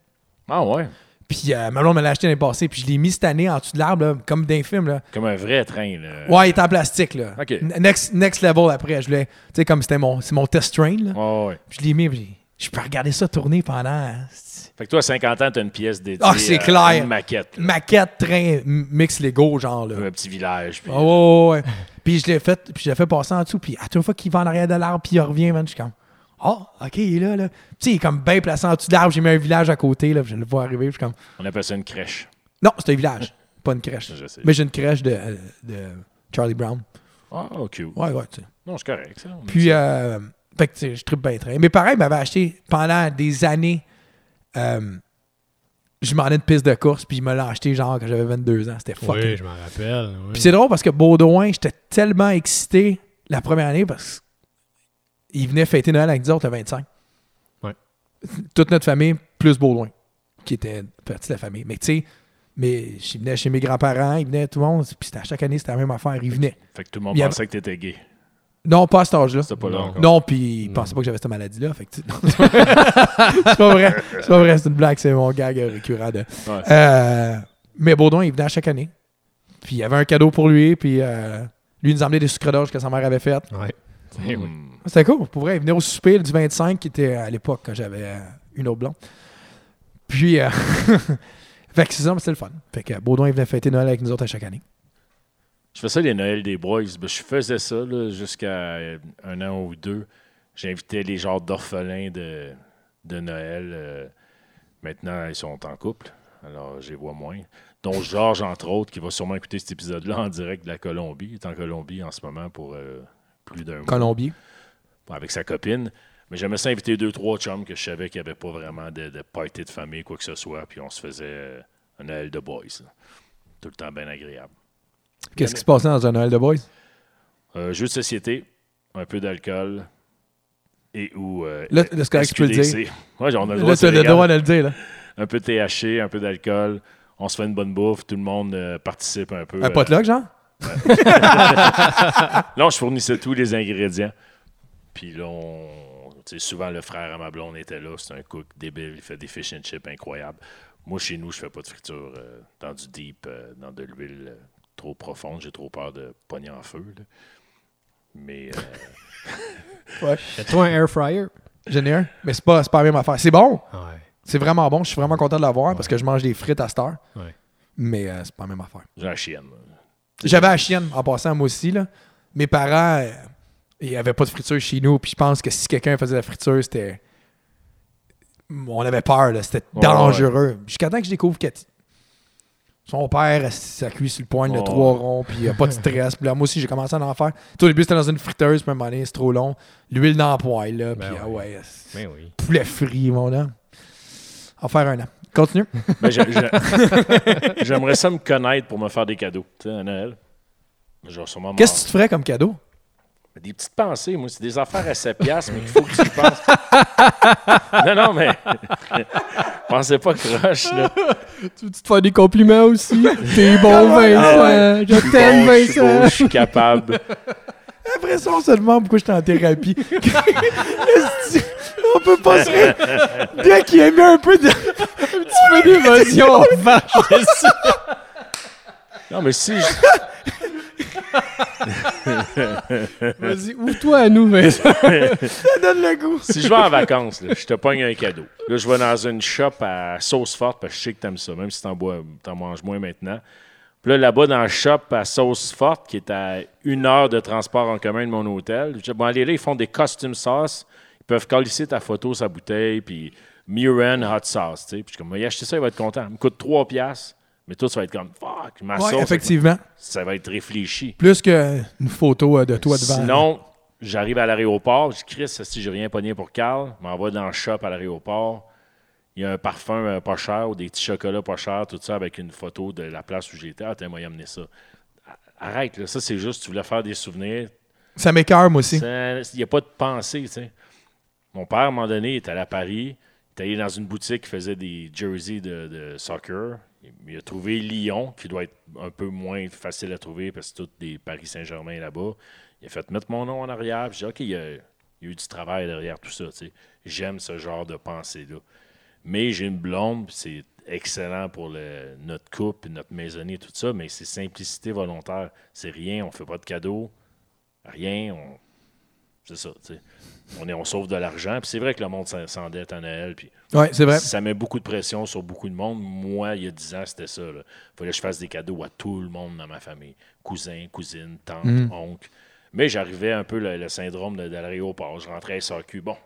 Speaker 1: Ah, ouais.
Speaker 3: Puis euh, ma blonde me l'a acheté l'année passée, puis je l'ai mis cette année en dessous de l'arbre, là, comme d'un film. Là.
Speaker 1: Comme un vrai train, là.
Speaker 3: Ouais, il est en plastique. Là.
Speaker 1: Ok.
Speaker 3: N- Next, next level après, je l'ai. Tu sais, comme c'était mon, c'est mon test train. Là.
Speaker 1: Ouais, ouais.
Speaker 3: Puis je l'ai mis, puis j'ai- je peux regarder ça tourner pendant.
Speaker 1: Fait que toi, à 50 ans, t'as une pièce dédiée.
Speaker 3: Ah, c'est
Speaker 1: à
Speaker 3: clair.
Speaker 1: Une maquette. là.
Speaker 3: Maquette, train, m- mix Lego, genre. Là.
Speaker 1: Euh, Un petit village. puis-
Speaker 3: Ah ouais, ouais, ouais. Puis je l'ai fait, puis je l'ai fait passer en dessous. Puis à toute fois qu'il va en arrière de l'arbre, puis il revient, man, je suis comme. Ah, ok, il est là, là. Tu sais, il est comme bien placé en dessous de l'arbre. J'ai mis un village à côté, là, puis je le vois arriver, puis je suis comme.
Speaker 1: On appelle ça une crèche.
Speaker 3: Non, c'est un village, pas une crèche.
Speaker 1: Je sais.
Speaker 3: Mais j'ai une crèche de, euh, de Charlie Brown.
Speaker 1: Ah, oh, cute.
Speaker 3: Ouais, ouais, tu sais.
Speaker 1: Non, c'est correct, ça.
Speaker 5: Mm.
Speaker 3: Puis, euh, fait que, tu sais, je tripe bien train. Mes parents m'avaient acheté pendant des années. euh, je m'en ai une piste de course, puis ils me l'ont acheté genre quand j'avais 22 ans. C'était fucking.
Speaker 5: Oui, je m'en rappelle. oui.
Speaker 3: Puis c'est drôle parce que Baudouin, j'étais tellement excité la première année parce qu'il venait fêter Noël avec nous autres le 25.
Speaker 5: Ouais.
Speaker 3: Toute notre famille, plus Baudouin, qui était partie de la famille. Mais tu sais, mais je venais chez mes grands-parents, ils venaient tout le monde, puis c'était à chaque année, c'était la même affaire, ils venaient.
Speaker 1: Fait que tout le monde
Speaker 3: Il y
Speaker 1: pensait que t'étais gay.
Speaker 3: Non, pas à cet âge-là.
Speaker 1: C'était pas là
Speaker 5: Non.
Speaker 1: encore. Hmm.
Speaker 3: Non, puis ils pensaient pas que j'avais cette maladie-là. fait que tu- c'est pas vrai. C'est pas vrai, c'est une blague, c'est mon gag euh, récurrent. de-
Speaker 1: Ouais.
Speaker 3: Euh, mais Baudouin, il venait à chaque année. Puis il y avait un cadeau pour lui, puis euh, lui, il nous emmenait des sucres d'orge que sa mère avait faites.
Speaker 5: Ouais. Eh oui.
Speaker 1: Hmm.
Speaker 3: C'était cool, pour vrai. Il venait au souper du 25, qui était à l'époque quand j'avais euh, une autre blonde. Puis, euh, fait que c'est ça, mais c'était le fun. Fait que Baudouin, il venait fêter Noël avec nous autres à chaque année.
Speaker 1: Je fais ça les Noël des Boys. Ben, je faisais ça là, jusqu'à euh, un an ou deux. J'invitais les genres d'orphelins de, de Noël. euh, maintenant, ils sont en couple. Alors, je les vois moins. Dont Georges, entre autres, qui va sûrement écouter cet épisode-là en direct de la Colombie. Il est en Colombie en ce moment pour euh, plus d'un mois
Speaker 3: Colombier.
Speaker 1: avec sa copine. Mais j'aimais ça inviter deux, trois chums que je savais qu'il n'y avait pas vraiment de, de party de famille, quoi que ce soit. Puis on se faisait euh, un Noël de Boys. là. Tout le temps bien agréable.
Speaker 3: Qu'est-ce qui se passait dans un Noël de Boys?
Speaker 1: Euh, jeux de société, un peu d'alcool et ou. euh,
Speaker 3: Là, là, c'est correct, tu peux le
Speaker 1: SQDC. Ouais, on a le droit,
Speaker 3: Là,
Speaker 1: c'est
Speaker 3: t'as le
Speaker 1: légal.
Speaker 3: droit de le dire. Là.
Speaker 1: Un peu de THC, un peu d'alcool. On se fait une bonne bouffe, tout le monde euh, participe un peu.
Speaker 3: Un
Speaker 1: euh,
Speaker 3: potluck, genre?
Speaker 1: Là, je fournissais tous les ingrédients. Puis là, on... tu sais, souvent, le frère à ma blonde était là. C'est un cook débile. Il fait des fish and chips incroyables. Moi, chez nous, je fais pas de friture euh, dans du deep, euh, dans de l'huile euh, trop profonde. J'ai trop peur de pogner en feu. là. Mais euh,
Speaker 3: Ouais.
Speaker 5: Fais-toi un air fryer.
Speaker 3: J'en ai un. Mais c'est pas, c'est pas la même affaire. C'est bon.
Speaker 5: Ouais.
Speaker 3: C'est vraiment bon. Je suis vraiment content de l'avoir parce que je mange des frites à cette heure.
Speaker 5: ouais.
Speaker 3: Mais euh, c'est pas la même affaire.
Speaker 1: j'ai la chienne. là.
Speaker 3: J'avais la chienne en passant, moi aussi. Là. Mes parents, euh, il n'y avait pas de friture chez nous. Puis je pense que si quelqu'un faisait de la friture, c'était. On avait peur, là. c'était
Speaker 1: Ouais,
Speaker 3: dangereux. Jusqu'à temps que je découvre Cathy. Son père, ça cuit sur le point, le
Speaker 1: Ouais.
Speaker 3: trois ronds, puis il a pas de stress. Puis là, moi aussi, j'ai commencé à en faire. Tout au début, c'était dans une friteuse, puis à un moment donné, c'est trop long. L'huile dans la poêle, là,
Speaker 5: Ben
Speaker 3: puis ah ouais,
Speaker 5: Ben oui.
Speaker 3: poulet frit, mon homme. En faire un an. Continue.
Speaker 1: Mais Ben, j'ai- j'ai- J'aimerais ça me connaître pour me faire des cadeaux. Tu sais, à Noël. Genre, sûrement
Speaker 3: Qu'est-ce que
Speaker 1: m'en-
Speaker 3: tu te ferais comme cadeau?
Speaker 1: Des petites pensées, moi. C'est des affaires à 7 piastres, mais qu'il faut que tu y penses. non, non, mais... Pensez pas croche, là.
Speaker 5: Tu veux te faire des compliments aussi? T'es bon,
Speaker 1: Ah
Speaker 3: euh,
Speaker 5: Vincent! Je t'aime,
Speaker 1: Bon, je suis beau,
Speaker 5: Vincent!
Speaker 1: je suis capable.
Speaker 3: Après ça, on se demande pourquoi j'étais en thérapie. Est-ce que- on peut pas se rire. Bien qu'il ait mis un peu de.
Speaker 5: Un peu d'émotion, vache!
Speaker 1: Non, mais si... je-
Speaker 5: Vas-y, ouvre-toi à nous, Vincent!
Speaker 3: Ça donne le goût.
Speaker 1: si je vais en vacances, là, je te pogne un cadeau. Là, je vais dans une shop à sauce forte parce que je sais que t'aimes ça, même si t'en bois, t'en manges moins maintenant. Puis là, là-bas, dans la shop à sauce forte, qui est à une heure de transport en commun de mon hôtel, je dis, bon, allez là, ils font des costume sauce. Ils peuvent colisser ta photo, sa bouteille, puis Muren hot sauce, tu sais. Puis je suis comme, il acheté ça, il va être content. Il me coûte 3 piastres. Mais toi, tu vas être comme, fuck, ma
Speaker 3: Ouais,
Speaker 1: sauce,
Speaker 3: effectivement.
Speaker 1: ça va être réfléchi.
Speaker 3: Plus qu'une photo euh, de toi devant.
Speaker 1: Sinon, j'arrive à l'aéroport, je dis Chris, si j'ai rien pogné pour Carl, je m'en vais dans le shop à l'aéroport. Il y a un parfum euh, pas cher ou des petits chocolats pas chers, tout ça avec une photo de la place où j'étais. Ah, t'as moyen amener ça. Arrête, là, ça c'est juste, tu voulais faire des souvenirs.
Speaker 3: Ça m'écœure, moi aussi.
Speaker 1: Ça- Il n'y a pas de pensée, tu sais. Mon père, à un moment donné, il est allé à Paris, il est allé dans une boutique qui faisait des jerseys de, de soccer. Il a trouvé Lyon, qui doit être un peu moins facile à trouver parce que c'est tous des Paris Saint-Germain là-bas. Il a fait mettre mon nom en arrière. Puis J'ai dit, OK, il y a, il y a eu du travail derrière tout ça. tu sais. J'aime ce genre de pensée-là. Mais j'ai une blonde, puis c'est excellent pour le- notre couple, notre maisonnée, tout ça, mais c'est simplicité volontaire. C'est rien, on fait pas de cadeaux, rien, on, c'est ça, tu sais. On, est, on sauve de l'argent. Puis c'est vrai que le monde s'en- s'endette en Noël. Puis
Speaker 3: Ouais, c'est vrai.
Speaker 1: ça met beaucoup de pression sur beaucoup de monde. Moi, il y a 10 ans, c'était ça. Il fallait que je fasse des cadeaux à tout le monde dans ma famille. Cousins, cousines, tantes,
Speaker 3: Mhm.
Speaker 1: oncles. Mais j'arrivais un peu le, le syndrome de, de l'aéroport. Je rentrais SAQ. Bon,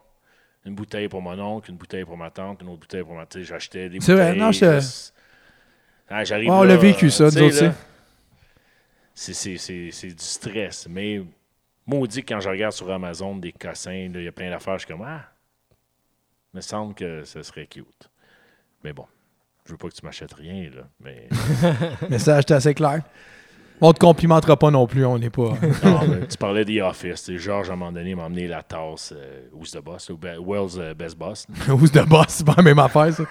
Speaker 1: une bouteille pour mon oncle, une bouteille pour ma tante, une autre bouteille pour ma tante. J'achetais des
Speaker 3: C'est
Speaker 1: bouteilles.
Speaker 3: vrai, non, je-
Speaker 1: c'est- Ah, j'arrive
Speaker 3: Ouais, on
Speaker 1: là,
Speaker 3: l'a vécu, ça,
Speaker 1: tu sais,
Speaker 3: nous autres
Speaker 1: là,
Speaker 3: aussi.
Speaker 1: c'est- c'est- C'est c'est du stress. Mais maudit que quand je regarde sur Amazon des cossins, là, il y a plein d'affaires, je suis comme Ah, me semble que ce serait cute. Mais bon, je veux pas que tu m'achètes rien, là. Mais,
Speaker 3: Mais ça, j'étais assez clair. On te complimentera pas non plus, on n'est pas.
Speaker 1: Non, mais tu parlais des Office. tu sais, Georges, à un moment donné, m'a emmené la tasse euh, Who's the Boss, ou Be- Wells euh, Best Boss.
Speaker 3: Housse de boss, c'est pas la même affaire, ça.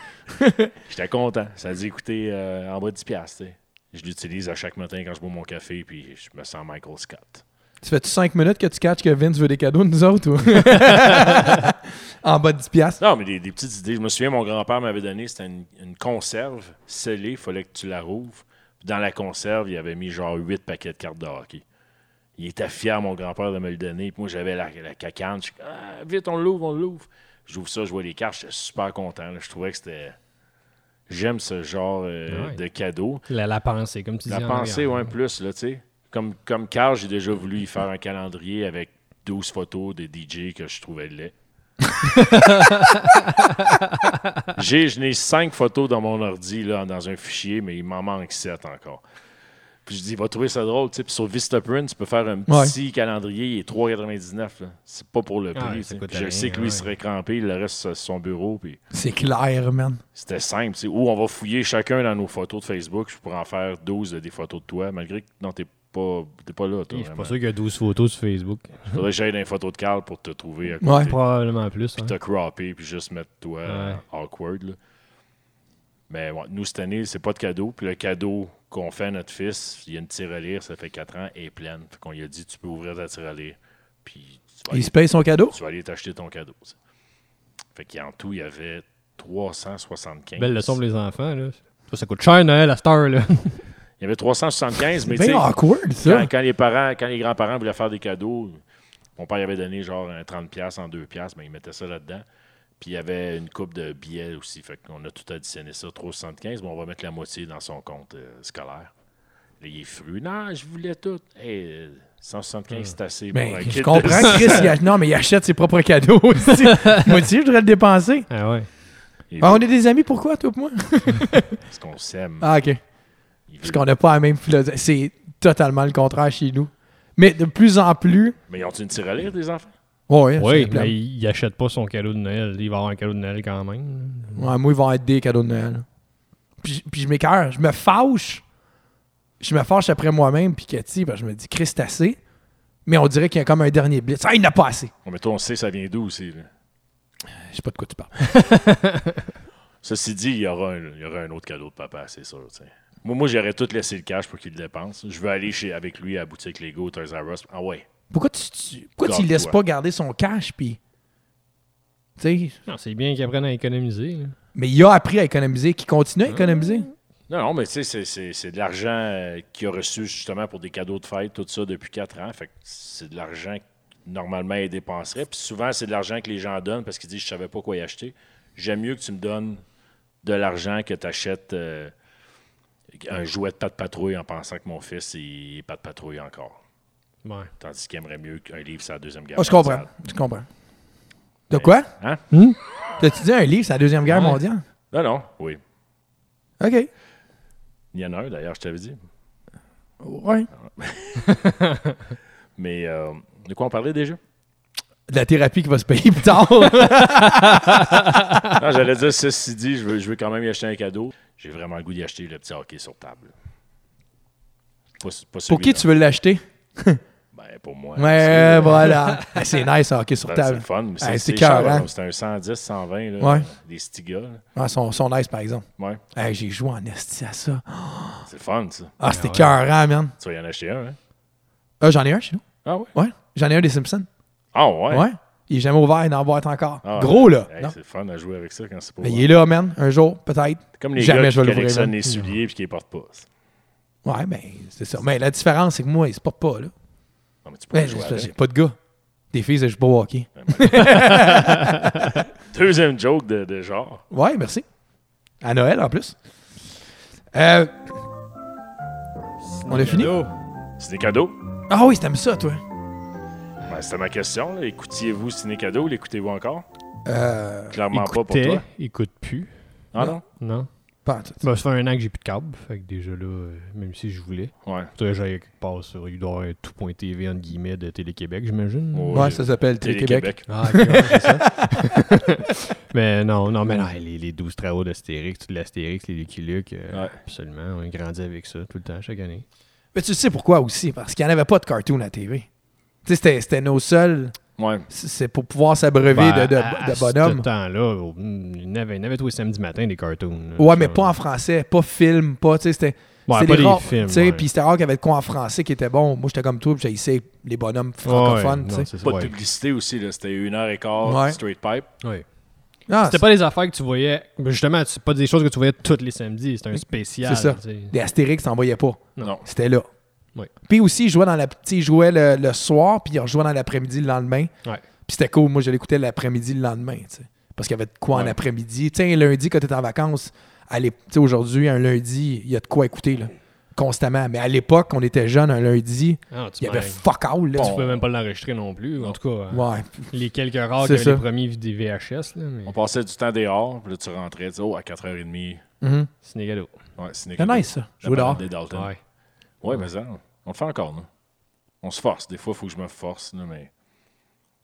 Speaker 1: J'étais content. Ça a dû coûter euh, en bas de 10$. piastres, tu sais. Je l'utilise à chaque matin quand je bois mon café, puis je me sens Michael Scott.
Speaker 3: Tu fais-tu 5 minutes que tu catches que Vince veut des cadeaux de nous autres ou? en bas de 10$. piastres.
Speaker 1: Non, mais des, des petites idées. Je me souviens, mon grand-père m'avait donné, c'était une, une conserve scellée, il fallait que tu la rouvres. Puis dans la conserve, il avait mis genre 8 paquets de cartes de hockey. Il était fier, mon grand-père, de me le donner. Puis moi, j'avais la, la cacane. Je suis comme, Ah, vite, on l'ouvre, on l'ouvre. J'ouvre ça, je vois les cartes, j'étais super content. là. Je trouvais que c'était. J'aime ce genre euh,
Speaker 5: Ouais.
Speaker 1: de cadeau.
Speaker 5: La, la pensée, comme tu dis. hein.
Speaker 1: La
Speaker 5: en
Speaker 1: pensée,
Speaker 5: arrière.
Speaker 1: ouais, plus, là, tu sais. Comme, comme Carl, j'ai déjà voulu y faire un calendrier avec 12 photos des DJ que je trouvais laids. j'ai, je n'ai 5 photos dans mon ordi, là, dans un fichier, mais il m'en manque 7 encore. Puis je dis, va trouver ça drôle, tu sais. Puis sur Vistaprint, tu peux faire un petit calendrier, il est 3,99, là. C'est pas pour le
Speaker 5: Ah,
Speaker 1: prix,
Speaker 5: ouais,
Speaker 1: tu sais.
Speaker 5: ça coûte
Speaker 1: Puis Je
Speaker 5: rien,
Speaker 1: sais que lui,
Speaker 5: ouais.
Speaker 1: il serait crampé, le reste, c'est son bureau, puis
Speaker 3: C'est clair, man.
Speaker 1: c'était simple. c'est Où on va fouiller chacun dans nos photos de Facebook. Je pourrais en faire 12 des photos de toi, malgré que non, t'es pas, t'es pas là, toi.
Speaker 5: Je suis pas
Speaker 1: vraiment.
Speaker 5: sûr qu'il y a 12 photos sur Facebook.
Speaker 1: Faudrait que j'aille dans les photos de Carl pour te trouver à côté.
Speaker 3: Ouais.
Speaker 5: Probablement plus. hein.
Speaker 1: Puis t'as croppé, puis juste mettre toi euh, awkward. là. Mais ouais, nous, cette année, c'est pas de cadeau. Puis le cadeau qu'on fait à notre fils, il y a une tirelire, ça fait 4 ans, elle est pleine. Fait qu'on lui a dit, tu peux ouvrir ta tirelire. Puis tu vas,
Speaker 3: Il
Speaker 1: aller,
Speaker 3: se paye son cadeau?
Speaker 1: tu vas aller t'acheter ton cadeau. tu sais. Fait qu'en tout, il y avait 375.
Speaker 5: Belle leçon pour les enfants. Là. Ça, ça coûte cher Noël à cette heure. Là.
Speaker 1: Il y avait 375, mais tu
Speaker 3: C'est
Speaker 1: sais,
Speaker 3: bien awkward, Ben ça.
Speaker 1: quand, quand les parents, quand les grands-parents voulaient faire des cadeaux, mon père il avait donné genre un 30 pièces en 2 pièces, mais il mettait ça là-dedans. Puis il y avait une coupe de billets aussi, fait qu'on a tout additionné ça 375, mais ben, on va mettre la moitié dans son compte euh, scolaire. Là, il est fru. Non, je voulais tout. Hey, euh, 175, c'est assez
Speaker 3: Mais
Speaker 1: pour un
Speaker 3: Ah. Ben, je
Speaker 1: kid
Speaker 3: comprends,
Speaker 1: de-
Speaker 3: Chris, il ach- non, mais il achète ses propres cadeaux aussi. moi aussi, je voudrais le dépenser.
Speaker 5: Ah ouais.
Speaker 1: Et
Speaker 3: Ah, on est des amis, pourquoi, toi et moi?
Speaker 1: Parce qu'on s'aime.
Speaker 3: Ah, OK.
Speaker 1: Il
Speaker 3: Parce
Speaker 1: veut-
Speaker 3: qu'on n'a pas la même philosophie. C'est totalement le contraire chez nous. Mais de plus en plus...
Speaker 1: Mais ils ont une tirelire, des enfants?
Speaker 3: Ouais,
Speaker 5: Oui,
Speaker 3: c'est plein.
Speaker 5: mais il il achète pas son cadeau de Noël. Il va avoir un cadeau de Noël quand même.
Speaker 3: Ouais, moi, ils vont être des cadeaux de Noël. Puis, puis je m'écœure, je me fâche. Je me fâche après moi-même, puis Cathy, parce que je me dis, Chris, c'est assez. Mais on dirait qu'il y a comme un dernier blitz. Ah, il n'a pas assez.
Speaker 1: Ouais, mais toi, on sait ça vient d'où aussi. là.
Speaker 3: Je sais pas de quoi tu parles.
Speaker 1: Ceci dit, il y, aura un, il y aura un autre cadeau de papa, c'est sûr. tu sais. Moi, moi j'aurais tout laissé le cash pour qu'il le dépense. Je veux aller chez, avec lui à la boutique Lego, Toys R Us. Ah ouais.
Speaker 3: Pourquoi tu, tu, pourquoi tu
Speaker 1: Garde-toi.
Speaker 3: laisses pas garder son cash, puis. Tu sais,
Speaker 5: Non, c'est bien qu'il apprenne à économiser. là.
Speaker 3: mais il a appris à économiser, qu'il
Speaker 1: Mmh.
Speaker 3: continue à économiser.
Speaker 1: Non, non, mais tu sais, c'est- c'est c'est de l'argent euh, qu'il a reçu justement pour des cadeaux de fête, tout ça, depuis quatre ans. Fait que c'est de l'argent que normalement il dépenserait. Puis souvent, c'est de l'argent que les gens donnent parce qu'ils disent Je savais pas quoi y acheter. J'aime mieux que tu me donnes de l'argent que tu achètes un jouet de patte patrouille en pensant que mon fils il est patte patrouille encore.
Speaker 5: Ouais.
Speaker 1: Tandis qu'il aimerait mieux qu'un livre sur la Deuxième Guerre
Speaker 3: Ah, je comprends.
Speaker 1: mondiale.
Speaker 3: Je comprends. De quoi?
Speaker 1: Hein?
Speaker 3: T'as-tu dit un livre, c'est la Deuxième Guerre
Speaker 5: Ouais.
Speaker 3: mondiale?
Speaker 1: Non, non, oui.
Speaker 3: OK.
Speaker 1: Il y en a un d'ailleurs, je t'avais dit.
Speaker 3: Ouais.
Speaker 1: Mais euh, de quoi on parlait déjà?
Speaker 3: De la thérapie qui va se payer plus tard.
Speaker 1: Non, j'allais dire, ceci dit, je veux, je veux quand même y acheter un cadeau. J'ai vraiment le goût d'y acheter le petit hockey sur table. Pas, pas
Speaker 3: Pour
Speaker 1: celui-là.
Speaker 3: qui tu veux l'acheter?
Speaker 1: Ben, pour moi.
Speaker 3: Ouais, voilà. Ah, c'est nice, hockey
Speaker 1: C'est
Speaker 3: sur
Speaker 1: ben, c'est
Speaker 3: table.
Speaker 1: le fun. mais
Speaker 3: Ah,
Speaker 1: C'est
Speaker 3: c'est
Speaker 1: c'est cher,
Speaker 3: cœur, hein?
Speaker 1: là. C'est un 110, 120, là,
Speaker 3: Ouais.
Speaker 1: des Stiga. là.
Speaker 3: Ah, son, son nice, par exemple.
Speaker 1: Ouais,
Speaker 3: Hey, J'ai joué en esti à ça.
Speaker 1: c'est le fun, ça.
Speaker 3: Ah, c'était écœurant, man.
Speaker 1: Tu vas y en acheter un, hein?
Speaker 3: Ah, j'en ai un chez nous.
Speaker 1: Ah ouais?
Speaker 3: Ouais. J'en ai un des Simpsons.
Speaker 1: Ah ouais?
Speaker 3: Ouais. Il est jamais ouvert, il est en boîte encore.
Speaker 1: Ah,
Speaker 3: Gros, là.
Speaker 1: Hey,
Speaker 3: Non?
Speaker 1: c'est hein. le fun à jouer avec ça quand c'est pas
Speaker 3: Mais
Speaker 1: ouvert.
Speaker 3: il est là, man. Un jour, peut-être.
Speaker 1: Comme les
Speaker 3: Jamais
Speaker 1: gars
Speaker 3: je vais
Speaker 1: qui
Speaker 3: l'ouvrir,
Speaker 1: collectionnent
Speaker 3: man.
Speaker 1: les souliers et qui les portent pas.
Speaker 3: Ouais, mais c'est ça. Mais la différence, c'est que moi, il se porte pas, là.
Speaker 1: Non, mais tu peux
Speaker 3: Ben,
Speaker 1: pas jouer
Speaker 3: c'est parce que j'ai
Speaker 1: avec.
Speaker 3: pas de gars. Des filles, je joue pas au hockey.
Speaker 1: Deuxième joke de, de genre.
Speaker 3: Ouais, merci. À Noël, en plus. Euh, On a fini?
Speaker 1: C'est des cadeaux.
Speaker 3: Ah oui, t'aimes ça, toi?
Speaker 1: Ben, c'était ma question. là. Écoutiez-vous Ciné Cadeau? L'écoutez-vous encore?
Speaker 3: Euh,
Speaker 1: Clairement pas pour
Speaker 5: Écoutait,
Speaker 1: toi.
Speaker 5: écoute plus.
Speaker 1: Ah non?
Speaker 5: Non.
Speaker 3: pas en tout.
Speaker 5: Ben, ça fait un an que j'ai plus de câble. Fait que déjà là, euh, même si je voulais.
Speaker 1: Ouais.
Speaker 5: Faudrait que j'aille quelque part sur euh, tout.tv entre guillemets de Télé-Québec, j'imagine.
Speaker 1: Ouais.
Speaker 3: Ouais, ça s'appelle Télé-Québec.
Speaker 1: Télé-Québec.
Speaker 5: Ah, ok, ouais, c'est ça. mais non, non, mais non, les, les 12 travaux d'Astérix, tout de l'Astérix, les Lucky Luke, euh,
Speaker 1: Ouais.
Speaker 5: absolument, on grandit avec ça tout le temps, chaque année.
Speaker 3: Mais tu sais pourquoi aussi? Parce qu'il n'y en avait pas de cartoon à la TV. Tu sais, c'était- c'était nos seuls.
Speaker 1: Ouais.
Speaker 3: C'est c'est pour pouvoir s'abreuver de,
Speaker 5: Ben,
Speaker 3: de-
Speaker 5: à-
Speaker 3: de
Speaker 5: à
Speaker 3: bonhomme.
Speaker 5: Ce temps-là, au- hmm, il y en avait, il y en avait tous les samedis matin des cartoons. là,
Speaker 3: Ouais,
Speaker 5: ça.
Speaker 3: mais pas en français, pas film, pas, tu sais, c'était...
Speaker 5: Ouais,
Speaker 3: c'était
Speaker 5: pas
Speaker 3: les
Speaker 5: des
Speaker 3: rares,
Speaker 5: films,
Speaker 3: tu sais,
Speaker 5: ouais.
Speaker 3: Puis c'était rare qu'il y avait de quoi en français qui était bon. Moi, j'étais comme toi, puis j'ai essayé les bonhommes francophones,
Speaker 5: Ouais,
Speaker 3: tu
Speaker 5: non,
Speaker 3: sais.
Speaker 5: c'est ça,
Speaker 1: Pas
Speaker 5: ouais.
Speaker 1: de publicité aussi, là. C'était une heure et quart,
Speaker 3: Ouais.
Speaker 1: straight pipe.
Speaker 5: Ouais.
Speaker 3: Ah,
Speaker 5: C'était pas des affaires que tu voyais, ben, justement, c'est pas des choses que tu voyais tous les samedis, c'était un spécial.
Speaker 3: Mm, C'est ça.
Speaker 5: tu sais.
Speaker 3: Des Astérix, t'en voyais pas.
Speaker 1: Non.
Speaker 3: C'était là.
Speaker 5: Ouais.
Speaker 3: Puis aussi, ils jouaient, dans la, tu sais, ils jouaient le, le soir, puis ils rejouaient dans l'après-midi le lendemain.
Speaker 5: Ouais.
Speaker 3: Puis c'était cool. Moi, je l'écoutais l'après-midi le lendemain, tu sais. Parce qu'il y avait de quoi en
Speaker 1: Ouais.
Speaker 3: après-midi. Tu sais, un lundi, quand t'es en vacances, à l'ép- tu sais, aujourd'hui, un lundi, il y a de quoi écouter, là. Constamment. Mais à l'époque, on était jeunes, un lundi,
Speaker 5: Ah, tu
Speaker 3: il y avait
Speaker 5: m'en-
Speaker 3: fuck all, là.
Speaker 5: Tu pouvais même pas l'enregistrer non plus, en tout cas. euh,
Speaker 3: Ouais.
Speaker 5: Les quelques rares qui
Speaker 3: C'est
Speaker 5: avaient les
Speaker 3: ça.
Speaker 5: premiers vid- des VHS, là, mais
Speaker 1: On passait du temps dehors, puis là, tu rentrais, tu dis, oh, à 4h30.
Speaker 3: Mhm.
Speaker 5: c'est négalo.
Speaker 1: Ouais, ciné
Speaker 3: C'est
Speaker 1: Cadeau.
Speaker 3: nice, ça.
Speaker 1: La
Speaker 3: Jouer
Speaker 1: balade
Speaker 3: dehors.
Speaker 1: des Dalton.
Speaker 5: Ouais.
Speaker 1: Ouais, mais ça, on le fait encore, non? On se force. Des fois, il faut que je me force, là, mais.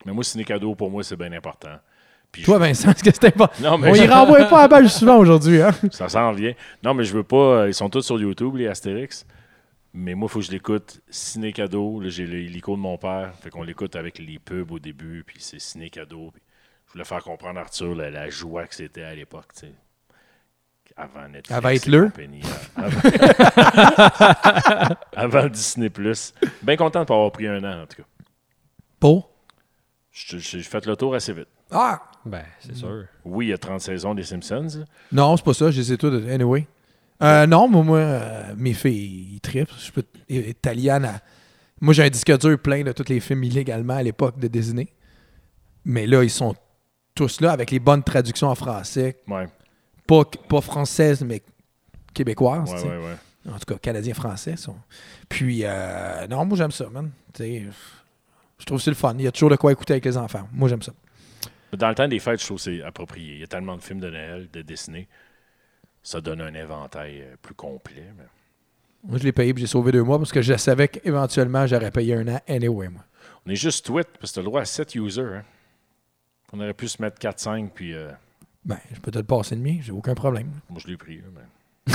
Speaker 1: Mais moi, ciné cadeau, pour moi, c'est bien important. Puis
Speaker 3: Toi, Vincent, est-ce que c'était pas.
Speaker 1: Non, mais
Speaker 3: On y
Speaker 1: je-
Speaker 3: renvoie pas à la balle souvent aujourd'hui, hein?
Speaker 1: ça s'en vient. Non, mais je veux pas. euh, Ils sont tous sur YouTube, les Astérix. Mais moi, il faut que je l'écoute ciné cadeau. Là, j'ai l'icône de mon père. Fait qu'on l'écoute avec les pubs au début, puis c'est ciné cadeau. Puis je voulais faire comprendre à Arthur la, la joie que c'était à l'époque, tu sais. Avant Netflix.
Speaker 3: Avant
Speaker 1: et
Speaker 3: Hitler?
Speaker 1: compagnie. euh, Avant, avant Disney+. Bien content de pas avoir pris un an, en tout cas.
Speaker 3: Pour?
Speaker 1: Je- je- J'ai fait le tour assez vite.
Speaker 3: Ah!
Speaker 5: Ben, c'est sûr.
Speaker 1: Oui, il y a 30 saisons des Simpsons. là.
Speaker 3: Non, c'est pas ça, je les ai tous. Anyway. Euh, non, moi, moi, euh, mes filles, ils trippent. Je peux. Italiane. à- Moi, j'ai un disque dur plein de tous les films illégalement à l'époque de Disney. Mais là, ils sont tous là avec les bonnes traductions en français.
Speaker 1: Ouais,
Speaker 3: Pas, pas françaises, mais québécoises. tu
Speaker 1: ouais,
Speaker 3: sais.
Speaker 1: ouais, ouais.
Speaker 3: En tout cas, Canadiens-Français. sont- Puis, euh, non, moi, j'aime ça, man. Tu sais, je trouve que c'est le fun. Il y a toujours de quoi écouter avec les enfants. Moi, j'aime ça.
Speaker 1: Dans le temps des fêtes, je trouve que c'est approprié. Il y a tellement de films de Noël, de Disney. Ça donne un éventail euh, plus complet. mais-
Speaker 3: Moi, je l'ai payé puis j'ai sauvé deux mois parce que je savais qu'éventuellement, j'aurais payé un an anyway, moi.
Speaker 1: On est juste tweet, parce que t'as le droit à 7 users. hein. On aurait pu se mettre 4-5, puis euh,
Speaker 3: Ben, je peux te le passer le mien, j'ai aucun problème.
Speaker 1: moi, je l'ai pris. hein, mais-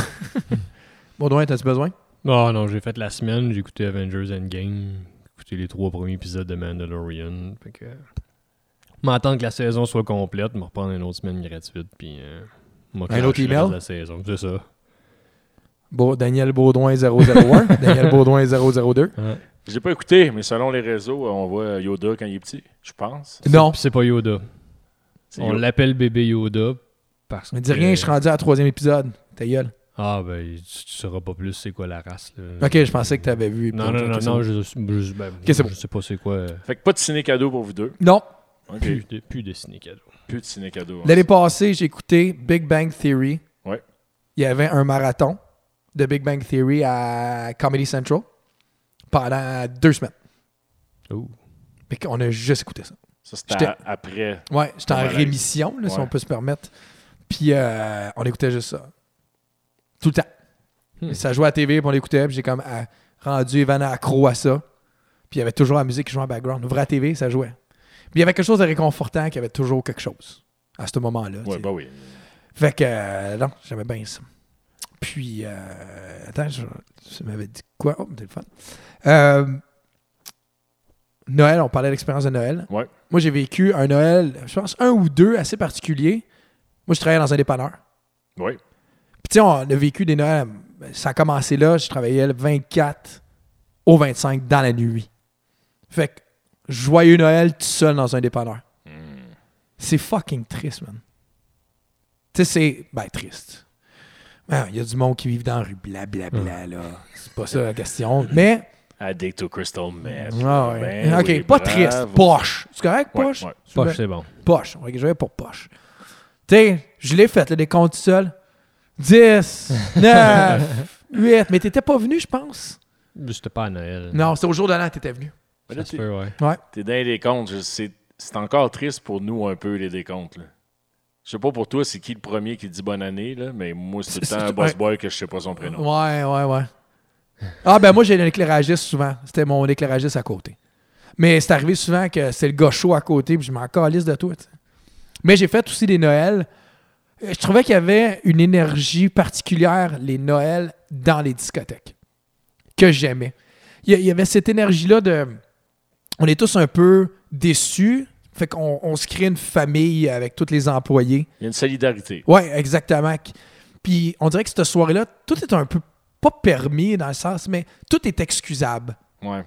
Speaker 3: Bon, Douane, t'as-tu besoin?
Speaker 5: Non, Ah, non, j'ai fait la semaine, j'ai écouté Avengers Endgame, j'ai écouté les trois premiers épisodes de Mandalorian. Fait que. M'attendre que la saison soit complète, me reprendre une autre semaine gratuite, puis. euh, m'en
Speaker 3: Un autre
Speaker 5: clencher le reste
Speaker 3: email?
Speaker 5: de la saison, c'est ça.
Speaker 3: Bon, Daniel Baudouin 001, Daniel Baudouin 002.
Speaker 1: Je l'ai pas écouté, mais selon les réseaux, euh, on voit Yoda quand il est petit, je pense.
Speaker 3: Non,
Speaker 5: Puis c'est pas Yoda.
Speaker 1: C'est
Speaker 5: On
Speaker 1: Yo-
Speaker 5: l'appelle bébé Yoda parce
Speaker 3: ne
Speaker 5: que.
Speaker 3: dis rien, je suis rendu à la troisième épisode. Ta gueule.
Speaker 5: Ah, ben, tu, tu sauras pas plus c'est quoi la race. Là.
Speaker 3: Ok, je pensais que t'avais vu.
Speaker 5: Non, non, non,
Speaker 3: Ok, c'est
Speaker 5: non,
Speaker 3: bon.
Speaker 5: je, je- ben,
Speaker 3: c'est bon.
Speaker 5: je sais pas c'est quoi. euh,
Speaker 1: Fait que pas de ciné cadeau pour vous deux.
Speaker 3: Non,
Speaker 1: OK.
Speaker 5: Plus,
Speaker 1: Plus,
Speaker 5: de, plus de ciné cadeau.
Speaker 1: de ciné cadeau. hein.
Speaker 3: l'année passée, j'ai écouté Big Bang Theory.
Speaker 1: Ouais.
Speaker 3: Il y avait un marathon de Big Bang Theory à Comedy Central pendant deux semaines.
Speaker 5: Oh.
Speaker 3: Fait qu'on a juste écouté ça.
Speaker 1: Ça, c'était
Speaker 3: J'étais-
Speaker 1: à- après.
Speaker 3: Ouais, j'étais en
Speaker 1: Ouais.
Speaker 3: rémission, là, si
Speaker 1: Ouais.
Speaker 3: on peut se permettre. Puis euh, on écoutait juste ça. Tout le temps.
Speaker 5: Hmm.
Speaker 3: Et Ça jouait à la TV, puis on l'écoutait, puis j'ai comme euh, rendu Evan accro à ça. Puis il y avait toujours la musique qui jouait en background. On ouvrait la TV, ça jouait. Puis il y avait quelque chose de réconfortant, qu'il y avait toujours quelque chose à ce moment-là. tu
Speaker 1: Ouais,
Speaker 3: sais.
Speaker 1: bah oui.
Speaker 3: Fait que, euh, non, j'aimais bien ça. Puis, euh, attends, je, tu m'avais dit quoi? Oh, mon téléphone. Euh, Noël, on parlait de l'expérience de Noël.
Speaker 1: Ouais.
Speaker 3: Moi, j'ai vécu un Noël, je pense, un ou deux assez particuliers. Moi, je travaillais dans un dépanneur.
Speaker 1: Ouais.
Speaker 3: Puis, tu sais, on a vécu des Noëls. Ça a commencé là, je travaillais le 24 au 25 dans la nuit. Fait que, joyeux Noël tout seul dans un dépanneur.
Speaker 1: Hmm.
Speaker 3: C'est fucking triste, man. Tu sais, c'est. Ben, triste. Ben, Il y a du monde qui vit dans la rue, blablabla,
Speaker 1: Hmm.
Speaker 3: là. C'est pas ça la question. Mais.
Speaker 1: Addict to Crystal Meth.
Speaker 3: Ah ouais.
Speaker 1: Ben
Speaker 3: ok,
Speaker 1: oui,
Speaker 3: pas
Speaker 1: bravo.
Speaker 3: triste. Poche. C'est correct,
Speaker 1: Ouais,
Speaker 3: poche?
Speaker 1: ouais.
Speaker 3: Tu veux-
Speaker 5: Poche, c'est bon.
Speaker 3: Poche. On va jouer pour poche. Tu sais, je l'ai fait, le décompte tout seul. 10, 9, 8. Mais t'étais pas venu, je pense.
Speaker 5: C'était pas à Noël.
Speaker 3: Non, c'était au jour de l'an que t'étais venu.
Speaker 1: Mais là,
Speaker 5: Ça se
Speaker 1: t'es-
Speaker 5: peut, ouais.
Speaker 3: Ouais.
Speaker 1: T'es dans les décomptes. je- C'est c'est encore triste pour nous un peu, les décomptes. Là. Je sais pas pour toi, c'est qui le premier qui dit bonne année, là, mais moi, c'est tout le
Speaker 3: C'est-
Speaker 1: temps
Speaker 3: c'est-
Speaker 1: un boss
Speaker 3: ouais.
Speaker 1: boy que je sais pas son prénom.
Speaker 3: Ouais, ouais, ouais. Ah, ben moi, j'ai un éclairagiste souvent. C'était mon éclairagiste à côté. Mais c'est arrivé souvent que c'est le gars chaud à côté, puis je m'en calisse de tout. Mais j'ai fait aussi des Noëls. Euh, Je trouvais qu'il y avait une énergie particulière, les Noëls, dans les discothèques, que j'aimais. Il y a- il y avait cette énergie-là de. On est tous un peu déçus. Fait qu'on on se crée une famille avec tous les employés.
Speaker 1: Il y a une solidarité.
Speaker 3: Ouais, exactement. Puis on dirait que cette soirée-là, tout est un peu pas permis dans le sens, mais tout est excusable.
Speaker 1: Ouais.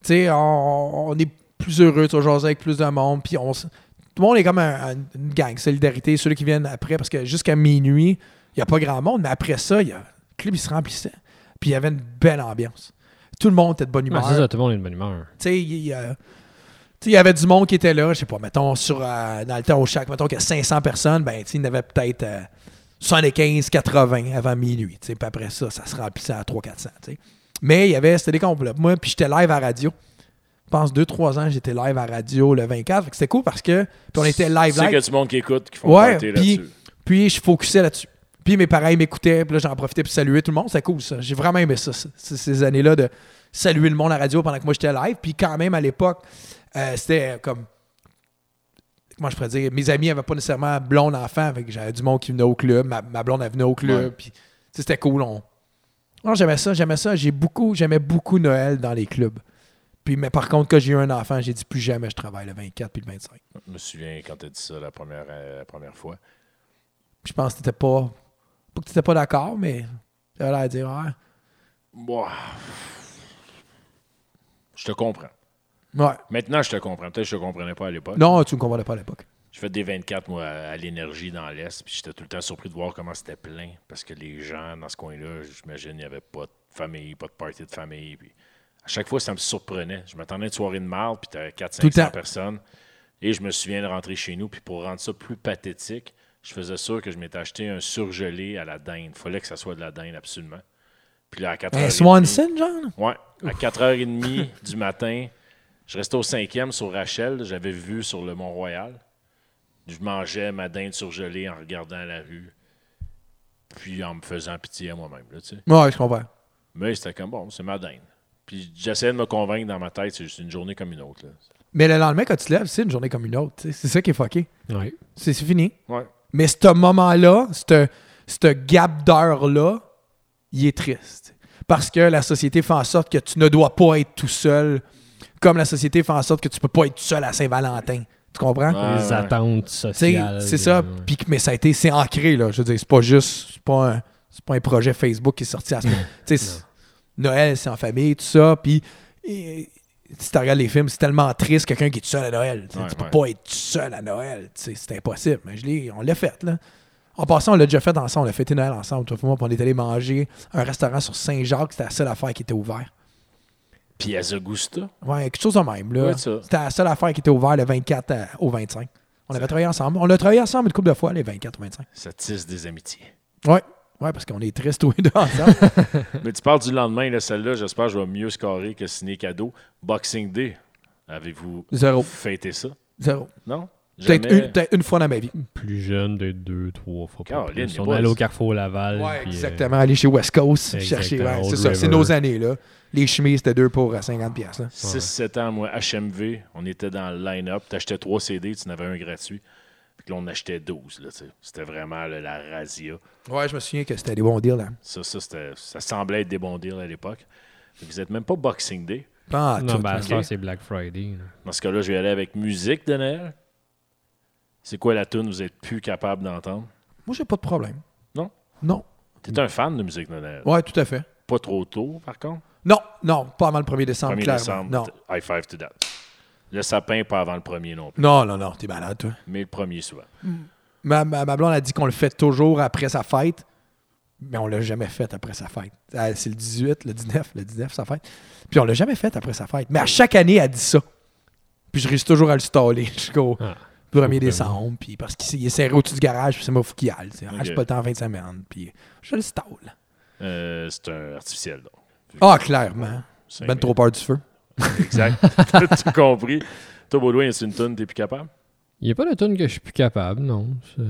Speaker 3: Tu sais, on, on est plus heureux, tu vas jaser avec plus de monde, puis on s- tout le monde est comme un- un- une gang, solidarité, ceux qui viennent après, parce que jusqu'à minuit, il n'y a pas grand monde, mais après ça, il y a, le club il se remplissait, puis il y avait une belle ambiance. Tout le monde était de bonne
Speaker 5: Ah,
Speaker 3: humeur.
Speaker 5: c'est ça, tout le monde est de bonne humeur.
Speaker 3: Tu sais, il y a- tu sais, il y avait du monde qui était là, je sais pas, mettons, sur, euh, dans le temps au chaque, mettons qu'il y a 500 personnes, ben, tu sais, il y en avait peut-être euh, 75, 80 avant minuit, tu sais, puis après ça, ça se remplissait à 300, 400, tu sais. Mais il y avait, c'était des complots. Moi, puis j'étais live à radio. Je pense 2-3 ans, j'étais live à radio le 24, fait que c'était cool parce que, puis on était
Speaker 1: Tu
Speaker 3: live,
Speaker 1: sais
Speaker 3: live.
Speaker 1: qu'il y a du monde qui écoute, qui font
Speaker 3: Ouais,
Speaker 1: party
Speaker 3: puis,
Speaker 1: là-dessus.
Speaker 3: puis je focusais là-dessus. Puis mes parents ils m'écoutaient, puis là j'en profitais pour saluer tout le monde. C'est cool ça. J'ai vraiment aimé ça, c- c- ces années-là de saluer le monde à la radio pendant que moi j'étais live. Puis quand même à l'époque, euh, c'était comme. Comment je pourrais dire Mes amis n'avaient pas nécessairement blonde enfant, fait que j'avais du monde qui venait au club. Ma, ma blonde elle venait au club.
Speaker 1: Ouais.
Speaker 3: Puis tu sais, c'était cool. On, Non, j'aimais ça, j'aimais ça. J'ai beaucoup, j'aimais beaucoup Noël dans les clubs. Puis, mais par contre, quand j'ai eu un enfant, j'ai dit plus jamais je travaille le 24 puis le 25.
Speaker 1: Je me souviens quand tu as dit ça la première, euh, la première fois.
Speaker 3: Puis je pense que t'étais pas. Pas que t'étais pas d'accord, mais j'avais l'air de dire ouais.
Speaker 1: Ouah. Je te comprends.
Speaker 3: Ouais.
Speaker 1: Maintenant, je te comprends. Peut-être que je te comprenais pas à l'époque.
Speaker 3: Non, tu me comprenais pas à l'époque.
Speaker 1: Je fais des 24, moi, à l'énergie dans l'Est, puis j'étais tout le temps surpris de voir comment c'était plein. Parce que les gens dans ce coin-là, j'imagine, il n'y avait pas de famille, pas de party de famille. Puis à chaque fois, ça me surprenait. Je m'attendais à une soirée de marde, puis t'avais 4
Speaker 3: Tout le
Speaker 1: 500
Speaker 3: temps.
Speaker 1: personnes. Et je me souviens de rentrer chez nous, puis pour rendre ça plus pathétique, je faisais sûr que je m'étais acheté un surgelé à la dinde. fallait que ça soit de la dinde, absolument. Puis là, à 4
Speaker 3: Un
Speaker 1: heures et
Speaker 3: Swanson, genre?
Speaker 1: Ouais, à 4h30 du matin, je restais au cinquième sur Rachel. J'avais vu sur le Mont-Royal. Je mangeais ma dinde surgelée en regardant la rue. Puis en me faisant pitié à moi-même. là, tu sais.
Speaker 3: Ouais, je comprends.
Speaker 1: Mais c'était comme bon, c'est ma dinde. Puis j'essayais de me convaincre dans ma tête, c'est juste une journée comme une autre. là.
Speaker 3: Mais le lendemain, quand tu te lèves, c'est une journée comme une autre. tu sais. C'est ça qui est fucké.
Speaker 5: Ouais.
Speaker 3: C'est c'est fini.
Speaker 1: Ouais.
Speaker 3: Mais ce moment-là, ce ce gap d'heure-là, il est triste. Parce que la société fait en sorte que tu ne dois pas être tout seul, comme la société fait en sorte que tu peux pas être tout seul à Saint-Valentin. Tu comprends?
Speaker 1: Ouais.
Speaker 5: Les attentes
Speaker 3: Tu sais,
Speaker 5: sociales.
Speaker 3: C'est ça.
Speaker 5: euh,
Speaker 3: Puis que- mais ça a été, c'est ancré, là. Je veux dire, c'est pas juste, c'est pas un, c'est pas un projet Facebook qui est sorti à ce moment. Tu sais, c'est- Noël, c'est en famille, tout ça. Puis et- si tu regardes les films, c'est tellement triste quelqu'un qui est tout seul à Noël. Tu sais,
Speaker 1: Ouais,
Speaker 3: tu peux
Speaker 1: ouais.
Speaker 3: pas être tout seul à Noël. Tu sais, c'est impossible. Mais je l'ai- on l'a fait, là. En passant, on l'a déjà fait ensemble. On a fêté Noël ensemble. Toi, et moi, puis on est allé manger à un restaurant sur Saint-Jacques. C'était la seule affaire qui était ouverte.
Speaker 1: Puis à Zagusta,
Speaker 3: Ouais, quelque chose de même. là.
Speaker 1: Ouais, ça.
Speaker 3: C'était la seule affaire qui était ouverte le 24 à- au 25. On avait travaillé ensemble. On a travaillé ensemble une couple de fois, les 24 au 25.
Speaker 1: ça tisse des amitiés.
Speaker 3: Ouais. Ouais, parce qu'on est tristes tous les deux ensemble.
Speaker 1: Mais tu parles du lendemain, là, celle-là, j'espère que je vais mieux scorer que signer cadeau. Boxing Day, avez-vous
Speaker 3: Zéro.
Speaker 1: fêté ça?
Speaker 3: Zéro.
Speaker 1: Non?
Speaker 3: Peut-être
Speaker 1: Jamais?
Speaker 3: une, peut-être une fois dans ma vie.
Speaker 5: Plus jeune de deux, trois fois. pas
Speaker 1: Caroline,
Speaker 5: plus.
Speaker 1: y a
Speaker 5: On
Speaker 1: pas-
Speaker 5: allait au Carrefour Laval.
Speaker 3: Ouais,
Speaker 5: puis, euh,
Speaker 3: exactement. Aller chez West Coast,
Speaker 5: Exactement,
Speaker 3: chercher. ouais,
Speaker 5: Old
Speaker 3: c'est ça, c'est
Speaker 5: River.
Speaker 3: nos années, là. Les chemises, c'était deux pour à 50$. piastres, là.
Speaker 1: 6-7 ans, moi, HMV, on était dans le line-up. Tu achetais 3 CD, tu en avais un gratuit. Puis là, on achetait 12. là, tu sais. C'était vraiment là, la razzia.
Speaker 3: Ouais, je me souviens que c'était des bons deals, hein. là.
Speaker 1: Ça, ça, c'était- ça semblait être des bons deals à l'époque. Vous n'êtes même pas Boxing Day.
Speaker 3: Ah,
Speaker 5: Non,
Speaker 3: tout,
Speaker 5: ben, à
Speaker 3: là.
Speaker 5: ce temps, c'est Black Friday. là.
Speaker 1: Dans ce cas-là, je vais aller avec musique de Noël. C'est quoi la tune vous êtes plus capable d'entendre?
Speaker 3: Moi, j'ai pas de problème.
Speaker 1: Non?
Speaker 3: Non.
Speaker 1: T'es un fan de musique de Noël.
Speaker 3: Ouais, tout à fait.
Speaker 1: Pas trop tôt, par contre.
Speaker 3: Non, non, pas avant le 1er décembre,
Speaker 1: 1er
Speaker 3: clairement.
Speaker 1: décembre,
Speaker 3: Non.
Speaker 1: t- high five to that. Le sapin, pas avant le premier non plus,
Speaker 3: Non, non, non, t'es malade, toi.
Speaker 1: mais le premier souvent.
Speaker 3: Ma, ma, ma blonde a dit qu'on le fait toujours après sa fête, mais on l'a jamais fait après sa fête. Elle, C'est le 18, le 19, le 19, sa fête. Puis on l'a jamais fait après sa fête. Mais à chaque année, elle dit ça. Puis je réussis toujours à le staller jusqu'au
Speaker 5: Ah.
Speaker 3: 1er décembre. Puis parce qu'il s'est- il est serré au-dessus du garage, puis c'est moi fou qui aille. tu sais. Ah,
Speaker 1: Ok.
Speaker 3: J'ai pas le temps en fin de semaine. Puis je le stalle.
Speaker 1: Euh, c'est un artificiel, donc.
Speaker 3: Ah, clairement.
Speaker 1: Cinq
Speaker 3: Ben trop peur du feu.
Speaker 1: Exact. T'as tout compris. Toi, Baudouin, c'est une tonne, t'es plus capable.
Speaker 5: Il n'y a pas de tune que je suis plus capable, non. C'est-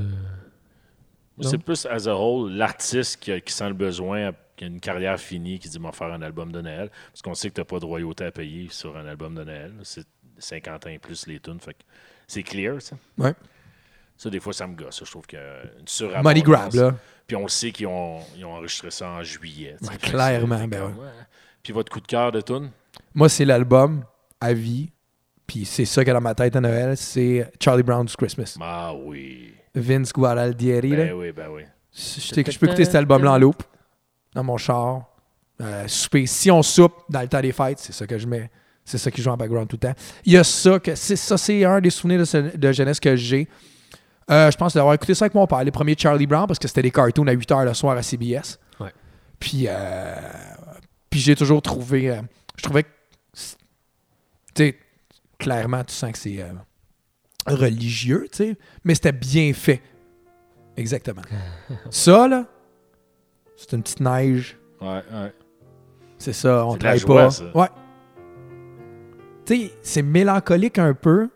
Speaker 1: Moi, C'est plus, as a whole, l'artiste qui, qui sent le besoin, qui a une carrière finie, qui dit m'en faire un album de Noël. Parce qu'on sait que t'as pas de royauté à payer sur un album de Noël. C'est 50 ans et plus les tunes. Fait que c'est clear, ça.
Speaker 3: Ouais.
Speaker 1: Ça, des fois, ça me gosse. Je trouve qu'il y a une surabondance.
Speaker 3: Money grab, là.
Speaker 1: Puis Ah, on le sait qu'ils ont, ils ont enregistré ça en juillet. tu sais.
Speaker 3: Ben,
Speaker 1: Fait que
Speaker 3: clairement,
Speaker 1: c'est-
Speaker 3: ben ouais.
Speaker 1: Ouais. Puis votre coup de cœur de tune?
Speaker 3: Moi, c'est l'album à vie. Puis c'est ça qu'elle a dans ma tête à Noël. C'est Charlie Brown's Christmas.
Speaker 1: Ah oui.
Speaker 3: Vince Guaraldieri, là.
Speaker 1: Ben oui, ben oui.
Speaker 3: Je, t'éc- je peux écouter cet album-là en loop, dans mon char, euh, souper. Si on soupe dans le temps des fêtes, c'est ça que je mets. C'est ça qui joue en background tout le temps. Il y a ça, que c'est ça, c'est un des souvenirs de, ce- de jeunesse que j'ai. Euh, je pense d'avoir écouté ça avec mon père, les premiers Charlie Brown, parce que c'était des cartoons à 8 h le soir à CBS.
Speaker 5: Ouais.
Speaker 3: Puis, euh, puis j'ai toujours trouvé. euh, je trouvais que. c'est- Tu sais, clairement, tu sens que c'est euh, religieux, tu sais, mais c'était bien fait. Exactement. Ça, là, c'est une petite neige.
Speaker 1: Ouais, ouais.
Speaker 3: C'est ça, on
Speaker 1: C'est de la
Speaker 3: travaille
Speaker 1: joie,
Speaker 3: pas.
Speaker 1: ça.
Speaker 3: Ouais. Tu sais, c'est mélancolique un peu.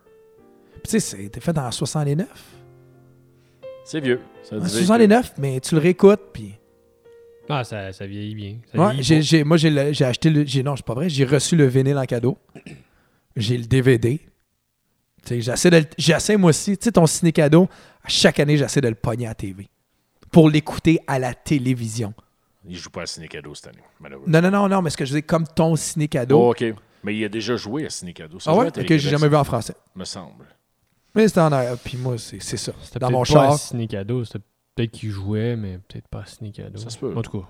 Speaker 3: Puis tu sais, c'était fait en 69.
Speaker 1: C'est vieux. Ça
Speaker 3: En
Speaker 1: dit-
Speaker 3: 69, mais tu le réécoutes, puis...
Speaker 5: Ah, ça, ça vieillit bien. Ça
Speaker 3: Ouais,
Speaker 5: vieillit
Speaker 3: j'ai-
Speaker 5: pas.
Speaker 3: j'ai- moi, j'ai le- j'ai acheté le... j'ai- Non, c'est pas vrai. J'ai reçu le vinyle en cadeau. J'ai le DVD. Tu sais, j'essaie de le- j'essaie, moi aussi. Tu sais, ton ciné-cadeau, à chaque année, j'essaie de le pogner à la TV. Pour l'écouter à la télévision.
Speaker 1: Il joue pas à Ciné Cadeau cette année, malheureusement.
Speaker 3: Non, non, non, non, mais ce que je dis, comme ton ciné-cadeau.
Speaker 1: Oh, OK. Mais il a déjà joué à Ciné Cadeau. Ça
Speaker 3: ah
Speaker 1: joue à
Speaker 3: ouais? Ok,
Speaker 1: Télé-Québec,
Speaker 3: j'ai jamais vu en français.
Speaker 1: me semble.
Speaker 3: Mais c'était en arrière. Puis moi, c'est c'est ça.
Speaker 5: C'était
Speaker 3: Dans
Speaker 5: peut-être
Speaker 3: mon
Speaker 5: pas à
Speaker 3: char.
Speaker 5: Ciné Cadeau. C'était peut-être qu'il jouait, mais peut-être pas à Ciné Cadeau.
Speaker 1: Ça se peut.
Speaker 5: En tout cas,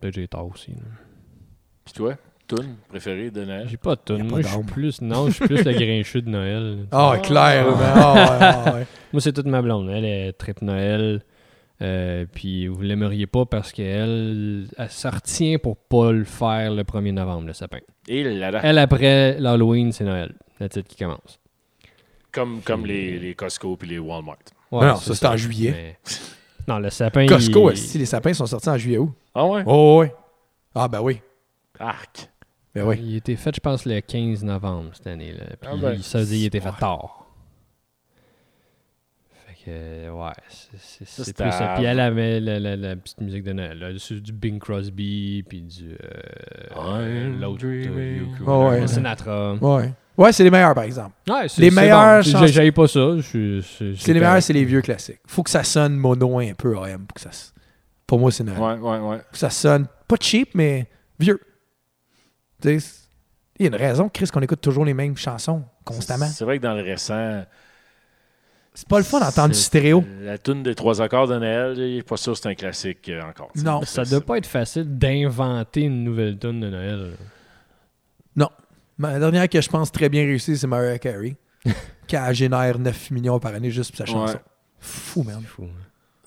Speaker 5: peut-être j'ai tort aussi. là.
Speaker 1: Puis toi, Toon, préféré de Noël?
Speaker 5: J'ai pas de
Speaker 3: Y a
Speaker 5: tonne.
Speaker 3: pas
Speaker 5: Moi, je suis
Speaker 3: d'âme.
Speaker 5: plus. Non, je suis plus le grincheux de Noël. là.
Speaker 3: Ah, clairement. Ah, ouais, ah, ouais.
Speaker 5: Moi, c'est toute ma blonde. Elle est trip Noël. Euh, puis vous l'aimeriez pas parce qu'elle elle s'en retient pour pas le faire le 1er novembre, le sapin.
Speaker 1: Et là,
Speaker 3: Euh,
Speaker 1: là,
Speaker 5: Elle, après l'Halloween, c'est Noël. La titre qui commence.
Speaker 1: comme, comme les, les Costco puis les Walmart.
Speaker 5: Ouais,
Speaker 3: Non, non, ça, c'est en juillet.
Speaker 5: Mais- Non, le sapin.
Speaker 3: Costco,
Speaker 5: il-
Speaker 3: si les sapins sont sortis en juillet août.
Speaker 1: Ah ouais?
Speaker 3: Oh, ouais. Ah, ben oui.
Speaker 1: Arc.
Speaker 3: Ben oui.
Speaker 5: Il a été fait, je pense, le 15 novembre cette année. Là. Puis
Speaker 1: Ah ben,
Speaker 5: il- ça veut dire qu'il a été fait
Speaker 3: ouais.
Speaker 5: tard. Fait que, ouais, c'est- c'est
Speaker 1: Ça,
Speaker 5: c'est
Speaker 1: c'est
Speaker 5: plus ça.
Speaker 1: à-
Speaker 5: Puis elle avait la, la- la petite musique de Noël. là. C'est du Bing Crosby, puis du. euh,
Speaker 1: I'm
Speaker 5: L'autre. euh,
Speaker 1: dreaming.
Speaker 5: Yoko
Speaker 3: Ouais,
Speaker 5: Ono,
Speaker 3: ouais.
Speaker 5: Sinatra.
Speaker 3: Ouais. Ouais, c'est les meilleurs, par exemple.
Speaker 5: Ouais, c'est-
Speaker 3: Les
Speaker 5: c'est
Speaker 3: meilleures
Speaker 5: bon.
Speaker 3: chansons-
Speaker 5: J'ai- J'avais pas ça. je suis-
Speaker 3: C'est les
Speaker 5: correct.
Speaker 3: meilleurs, c'est les vieux classiques. Faut que ça sonne mono un peu AM. Pour, que ça... s- pour moi, c'est Noël.
Speaker 1: Ouais, ouais, ouais.
Speaker 3: Faut que ça sonne pas cheap, mais vieux. Tu sais, c'est- il y a une raison, Chris, qu'on écoute toujours les mêmes chansons constamment.
Speaker 1: C'est vrai que dans le récent,
Speaker 3: C'est pas le fun d'entendre du
Speaker 1: C'est-
Speaker 3: stéréo.
Speaker 1: la tune des trois accords de Noël, je suis pas sûr que c'est un classique euh, encore. tu sais.
Speaker 3: Non.
Speaker 5: Ça
Speaker 1: C'est-
Speaker 5: doit pas être facile d'inventer une nouvelle tonne de Noël. là.
Speaker 3: Ma dernière que je pense très bien réussie, c'est Mariah Carey, qui a- génère 9 millions par année juste pour sa chanson.
Speaker 1: Ouais.
Speaker 3: Fou, hein. man.
Speaker 5: C'est fou.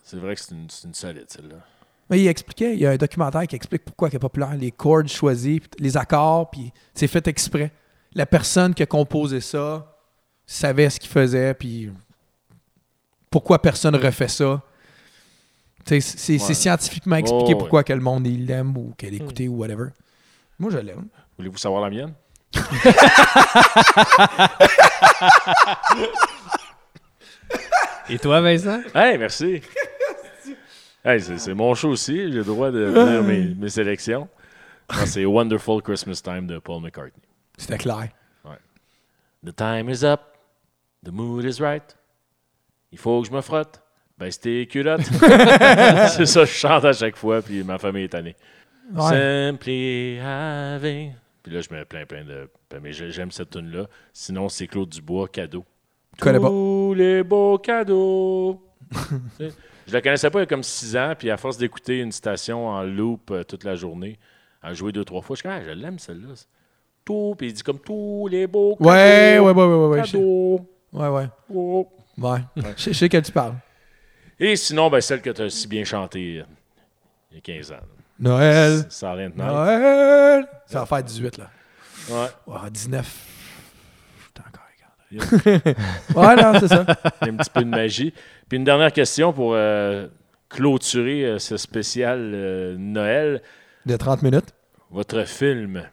Speaker 1: C'est vrai que c'est une, c'est une solide, celle-là.
Speaker 3: Mais il expliquait, il y a un documentaire qui explique pourquoi elle est populaire, les cordes choisies, puis les accords, puis c'est fait exprès. La personne qui a composé ça savait ce qu'il faisait, puis pourquoi personne refait ça. Tu sais, C'est c'est
Speaker 1: Ouais. Hmm.
Speaker 3: scientifiquement expliqué
Speaker 1: Oh,
Speaker 3: pourquoi que le monde il l'aime ou qu'elle écoutait ou whatever. Moi, je l'aime.
Speaker 1: Voulez-vous savoir la mienne?
Speaker 5: Et toi, Vincent?
Speaker 1: Hey, merci! hey, c'est c'est mon show aussi. J'ai le droit de faire mes, mes sélections. Non, C'est Wonderful Christmas Time de Paul McCartney.
Speaker 3: C'était clair.
Speaker 1: The time is up. The mood is right. Il faut que je me frotte. Ben, c'était culotte. c'est ça, je chante à chaque fois, puis ma famille est tannée.
Speaker 3: Ouais.
Speaker 1: Simply having. Puis là, je mets plein, plein de. Mais j'ai- j'aime cette tune-là. Sinon, c'est Claude Dubois, cadeau.
Speaker 3: Je connais pas.
Speaker 1: Tous les beaux cadeaux. Tu sais, je la connaissais pas il y a comme six ans, puis à force d'écouter une station en loop euh, toute la journée, à jouer deux, trois fois, je suis comme, Ah, je l'aime celle-là. Tout, puis il dit comme tous les beaux cadeaux.
Speaker 3: Ouais, ouais, ouais, ouais, ouais, ouais. je sais.
Speaker 1: cadeaux.
Speaker 3: Ouais, ouais.
Speaker 1: Oh.
Speaker 3: Ouais. Je je sais que tu parles.
Speaker 1: Et sinon, ben, celle que tu as si bien chantée euh, il y a 15 ans. là.
Speaker 3: Noël.
Speaker 1: Silent Night.
Speaker 3: Noël. Ça va faire 18, là.
Speaker 1: Ouais.
Speaker 3: Ah, 19. J'étais encore regardé. ouais, non, c'est ça.
Speaker 1: Il y a un petit peu de magie. Puis une dernière question pour euh, clôturer euh, ce spécial euh, Noël.
Speaker 3: De 30 minutes.
Speaker 1: Votre film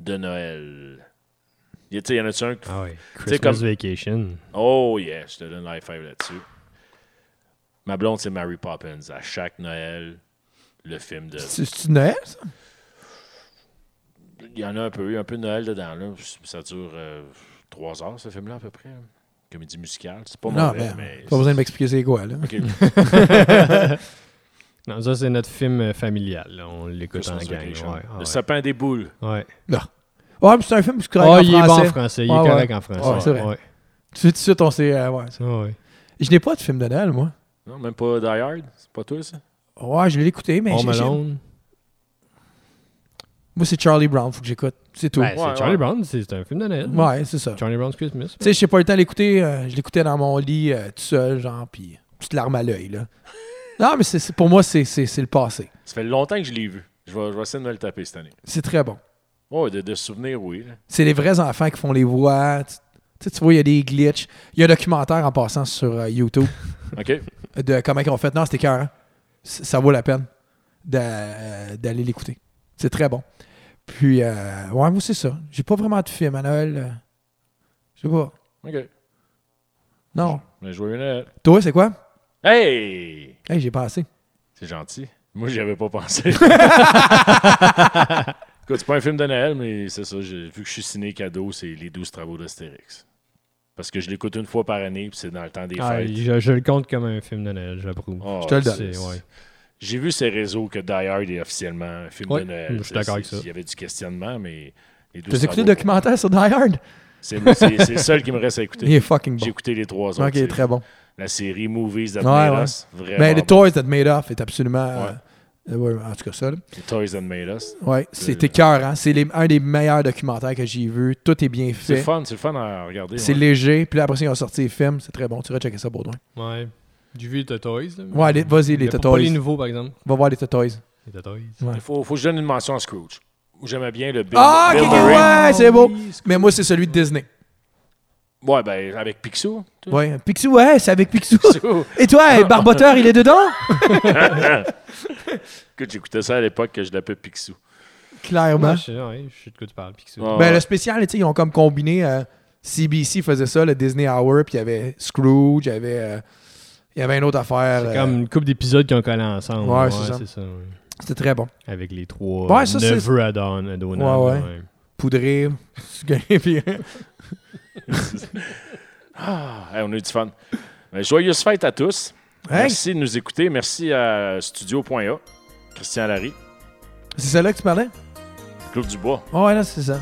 Speaker 1: de Noël. Y a- tu sais, y en a-tu un qui-
Speaker 5: Ah oui.
Speaker 1: sais,
Speaker 5: Christmas
Speaker 1: comme-
Speaker 5: Vacation.
Speaker 1: Oh yeah, je te donne l'high five là-dessus. Ma blonde, c'est Mary Poppins. À chaque Noël, le film de...
Speaker 3: C'est- C'est-tu de Noël, ça?
Speaker 1: Il y en a un peu, un peu de Noël dedans. Là. Ça dure euh, trois heures, ce film-là, à peu près. hein. Comédie musicale. C'est pas
Speaker 3: Non,
Speaker 1: mauvais,
Speaker 3: ben,
Speaker 1: mais...
Speaker 3: pas besoin de m'expliquer c'est quoi, là.
Speaker 1: Ok.
Speaker 5: Non, ça, c'est notre film euh, familial. là. On l'écoute en
Speaker 1: Christmas
Speaker 5: gang.
Speaker 1: Vacation.
Speaker 5: Ouais,
Speaker 1: Le
Speaker 5: ouais.
Speaker 1: sapin des boules.
Speaker 5: Ouais.
Speaker 3: Ouais, mais c'est un film qui
Speaker 5: Ah,
Speaker 3: correct
Speaker 5: il
Speaker 3: en
Speaker 5: est bon en
Speaker 3: français.
Speaker 5: français. Il
Speaker 3: Ouais,
Speaker 5: est
Speaker 3: ouais.
Speaker 5: correct en français.
Speaker 3: Ouais, c'est vrai.
Speaker 5: Ouais.
Speaker 3: Tout de suite, on s'est... euh, ouais.
Speaker 5: Ouais, ouais.
Speaker 3: Je n'ai pas de film de Noël, moi.
Speaker 1: Non, même pas Die Hard. C'est pas toi, ça?
Speaker 3: Ouais, je l'ai écouté, mais...
Speaker 5: Home
Speaker 3: j'ai- j'ai-
Speaker 1: Ben,
Speaker 5: Alone.
Speaker 3: Moi, c'est Charlie Brown, faut que j'écoute. C'est tout.
Speaker 5: Ben, c'est
Speaker 1: Ouais,
Speaker 5: Charlie
Speaker 1: ouais.
Speaker 5: Brown. C'est c'est un film de Noël.
Speaker 3: Ouais, c'est ça. Tu
Speaker 5: Charlie Brown's Christmas.
Speaker 3: sais, j'ai pas eu le temps de l'écouter. euh, je l'écoutais dans mon lit, euh, tout seul, genre, puis petite larme à l'œil, là. Non, mais c'est- c'est- pour moi, c'est- c'est c'est le passé.
Speaker 1: Ça fait longtemps que je l'ai vu. Je vais, je vais essayer de me le taper cette année.
Speaker 3: C'est très bon.
Speaker 1: Ouais, de, de souvenirs, oui. là.
Speaker 3: c'est les vrais enfants qui font les voix. Tu, tu sais, tu vois, il y a des glitches. Il y a un documentaire en passant sur euh, YouTube
Speaker 1: OK.
Speaker 3: de comment ils ont fait. Non, c'était cœur. Ça vaut la peine d'a- euh, d'aller l'écouter. C'est très bon. Puis, euh, ouais, moi, c'est ça. J'ai pas vraiment de film à Noël. euh, Je sais pas.
Speaker 1: OK.
Speaker 3: Non.
Speaker 1: Mais joyeux Noël.
Speaker 3: Toi, c'est quoi?
Speaker 1: Hey!
Speaker 3: Hey, j'ai pensé.
Speaker 1: C'est gentil. Moi, j'y avais pas pensé. Écoute, c'est pas un film de Noël, mais c'est ça. j'ai- vu que je suis ciné cadeau, c'est Les 12 travaux d'Astérix. Parce que je l'écoute une fois par année, puis c'est dans le temps des
Speaker 5: Ah,
Speaker 1: fêtes.
Speaker 5: je, je le compte comme un film de Noël. J'approuve.
Speaker 1: Oh,
Speaker 3: je te le donne.
Speaker 5: C'est- ouais.
Speaker 1: J'ai vu ces réseaux que Die Hard est officiellement un film
Speaker 3: Ouais,
Speaker 1: de Noël.
Speaker 5: je suis d'accord avec
Speaker 1: C'est-
Speaker 5: ça.
Speaker 1: Il y avait du questionnement, mais. les
Speaker 3: Tu
Speaker 1: douze
Speaker 3: as écouté le
Speaker 1: travaux-
Speaker 3: documentaire sur Die Hard?
Speaker 1: C'est le- c'est- c'est le seul qui me reste à écouter.
Speaker 3: Il est fucking
Speaker 1: J'ai
Speaker 3: bon.
Speaker 1: écouté les trois autres.
Speaker 3: Ok, il est très bon.
Speaker 1: La série Movies That
Speaker 3: Ouais,
Speaker 1: Made
Speaker 3: ouais.
Speaker 1: Us. Vraiment.
Speaker 3: Mais les
Speaker 1: bon.
Speaker 3: Toys That Made Off est absolument. euh, euh, ouais, en tout cas, ça. là.
Speaker 1: Les Toys That Made Us.
Speaker 3: Ouais,
Speaker 1: C'est-
Speaker 3: c'est écœurant. C'est les- un des meilleurs documentaires que j'ai vu. Tout est bien
Speaker 1: C'est le
Speaker 3: fait.
Speaker 1: fun, c'est le fun à regarder.
Speaker 3: C'est
Speaker 1: ouais.
Speaker 3: léger. Puis là, après ça, ils ont sorti les films. C'est très bon. Tu vas checker ça, Baudouin.
Speaker 5: Ouais. J'ai vu les Totoys.
Speaker 3: Ouais, les- vas-y, les
Speaker 5: Pas les
Speaker 3: Totoys.
Speaker 5: nouveaux, par exemple.
Speaker 3: Va voir les Totoys.
Speaker 5: Les Totoys.
Speaker 1: Il faut, faut que je donne une mention à Scrooge. Où J'aimais bien le Bill.
Speaker 3: Ah,
Speaker 1: Bill
Speaker 3: ok, ok,
Speaker 1: Murray.
Speaker 3: ouais, c'est beau. Mais moi, c'est celui de Disney.
Speaker 1: Ouais, ben, avec Picsou.
Speaker 3: Ouais, Picsou, ouais, c'est avec Picsou.
Speaker 1: Picsou.
Speaker 3: Et toi, Barboteur, il est dedans?
Speaker 1: Écoute, j'écoutais ça à l'époque que je l'appelais Picsou.
Speaker 3: Clairement.
Speaker 5: Ouais, je sais, ouais, je sais de quoi tu parles. puis que c'est-
Speaker 1: Ouais.
Speaker 3: Ben, le spécial, tu sais, ils ont comme combiné. euh, CBC faisait ça, le Disney Hour, puis il y avait Scrooge, il y avait, euh, il y avait une autre affaire.
Speaker 5: C'est
Speaker 3: euh,
Speaker 5: comme une couple d'épisodes qui ont collé ensemble.
Speaker 3: Ouais, c'est ça.
Speaker 5: ouais.
Speaker 3: C'était très bon.
Speaker 5: Avec les trois
Speaker 3: Ouais, ça, c'est-
Speaker 5: neveux à Don, à Donald.
Speaker 3: Ouais, ouais. Poudré, puis hein?
Speaker 1: Ah, hey, on a eu du fun. Ben, joyeuses fêtes à tous.
Speaker 3: Hey,
Speaker 1: Merci de nous écouter. Merci à Studio.A, Christian Larry,
Speaker 3: c'est celle-là que tu parlais?
Speaker 1: Claude Dubois.
Speaker 3: Oh, ouais, là, c'est ça.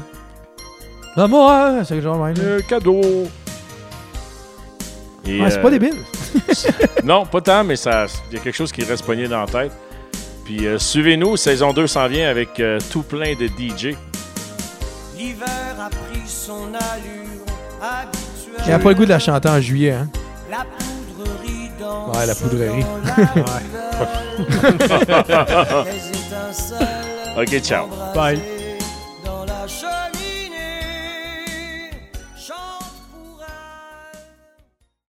Speaker 3: Non, moi, ouais, c'est genre même. là.
Speaker 1: Le Euh, cadeau. Et,
Speaker 3: Ouais, c'est pas
Speaker 1: euh,
Speaker 3: débile.
Speaker 1: Non, pas tant, mais ça- il y a quelque chose qui reste pogné dans la tête. Puis euh, suivez-nous, saison 2 s'en vient avec euh, tout plein de DJ.
Speaker 6: L'hiver a pris son allure habituelle.
Speaker 3: Il a pas le goût de la chanter en juillet, hein.
Speaker 6: La poudrerie dans
Speaker 3: Ouais, la poudrerie.
Speaker 6: ouais. Les étincelles
Speaker 1: Ok, ciao.
Speaker 6: embrasées
Speaker 5: Bye.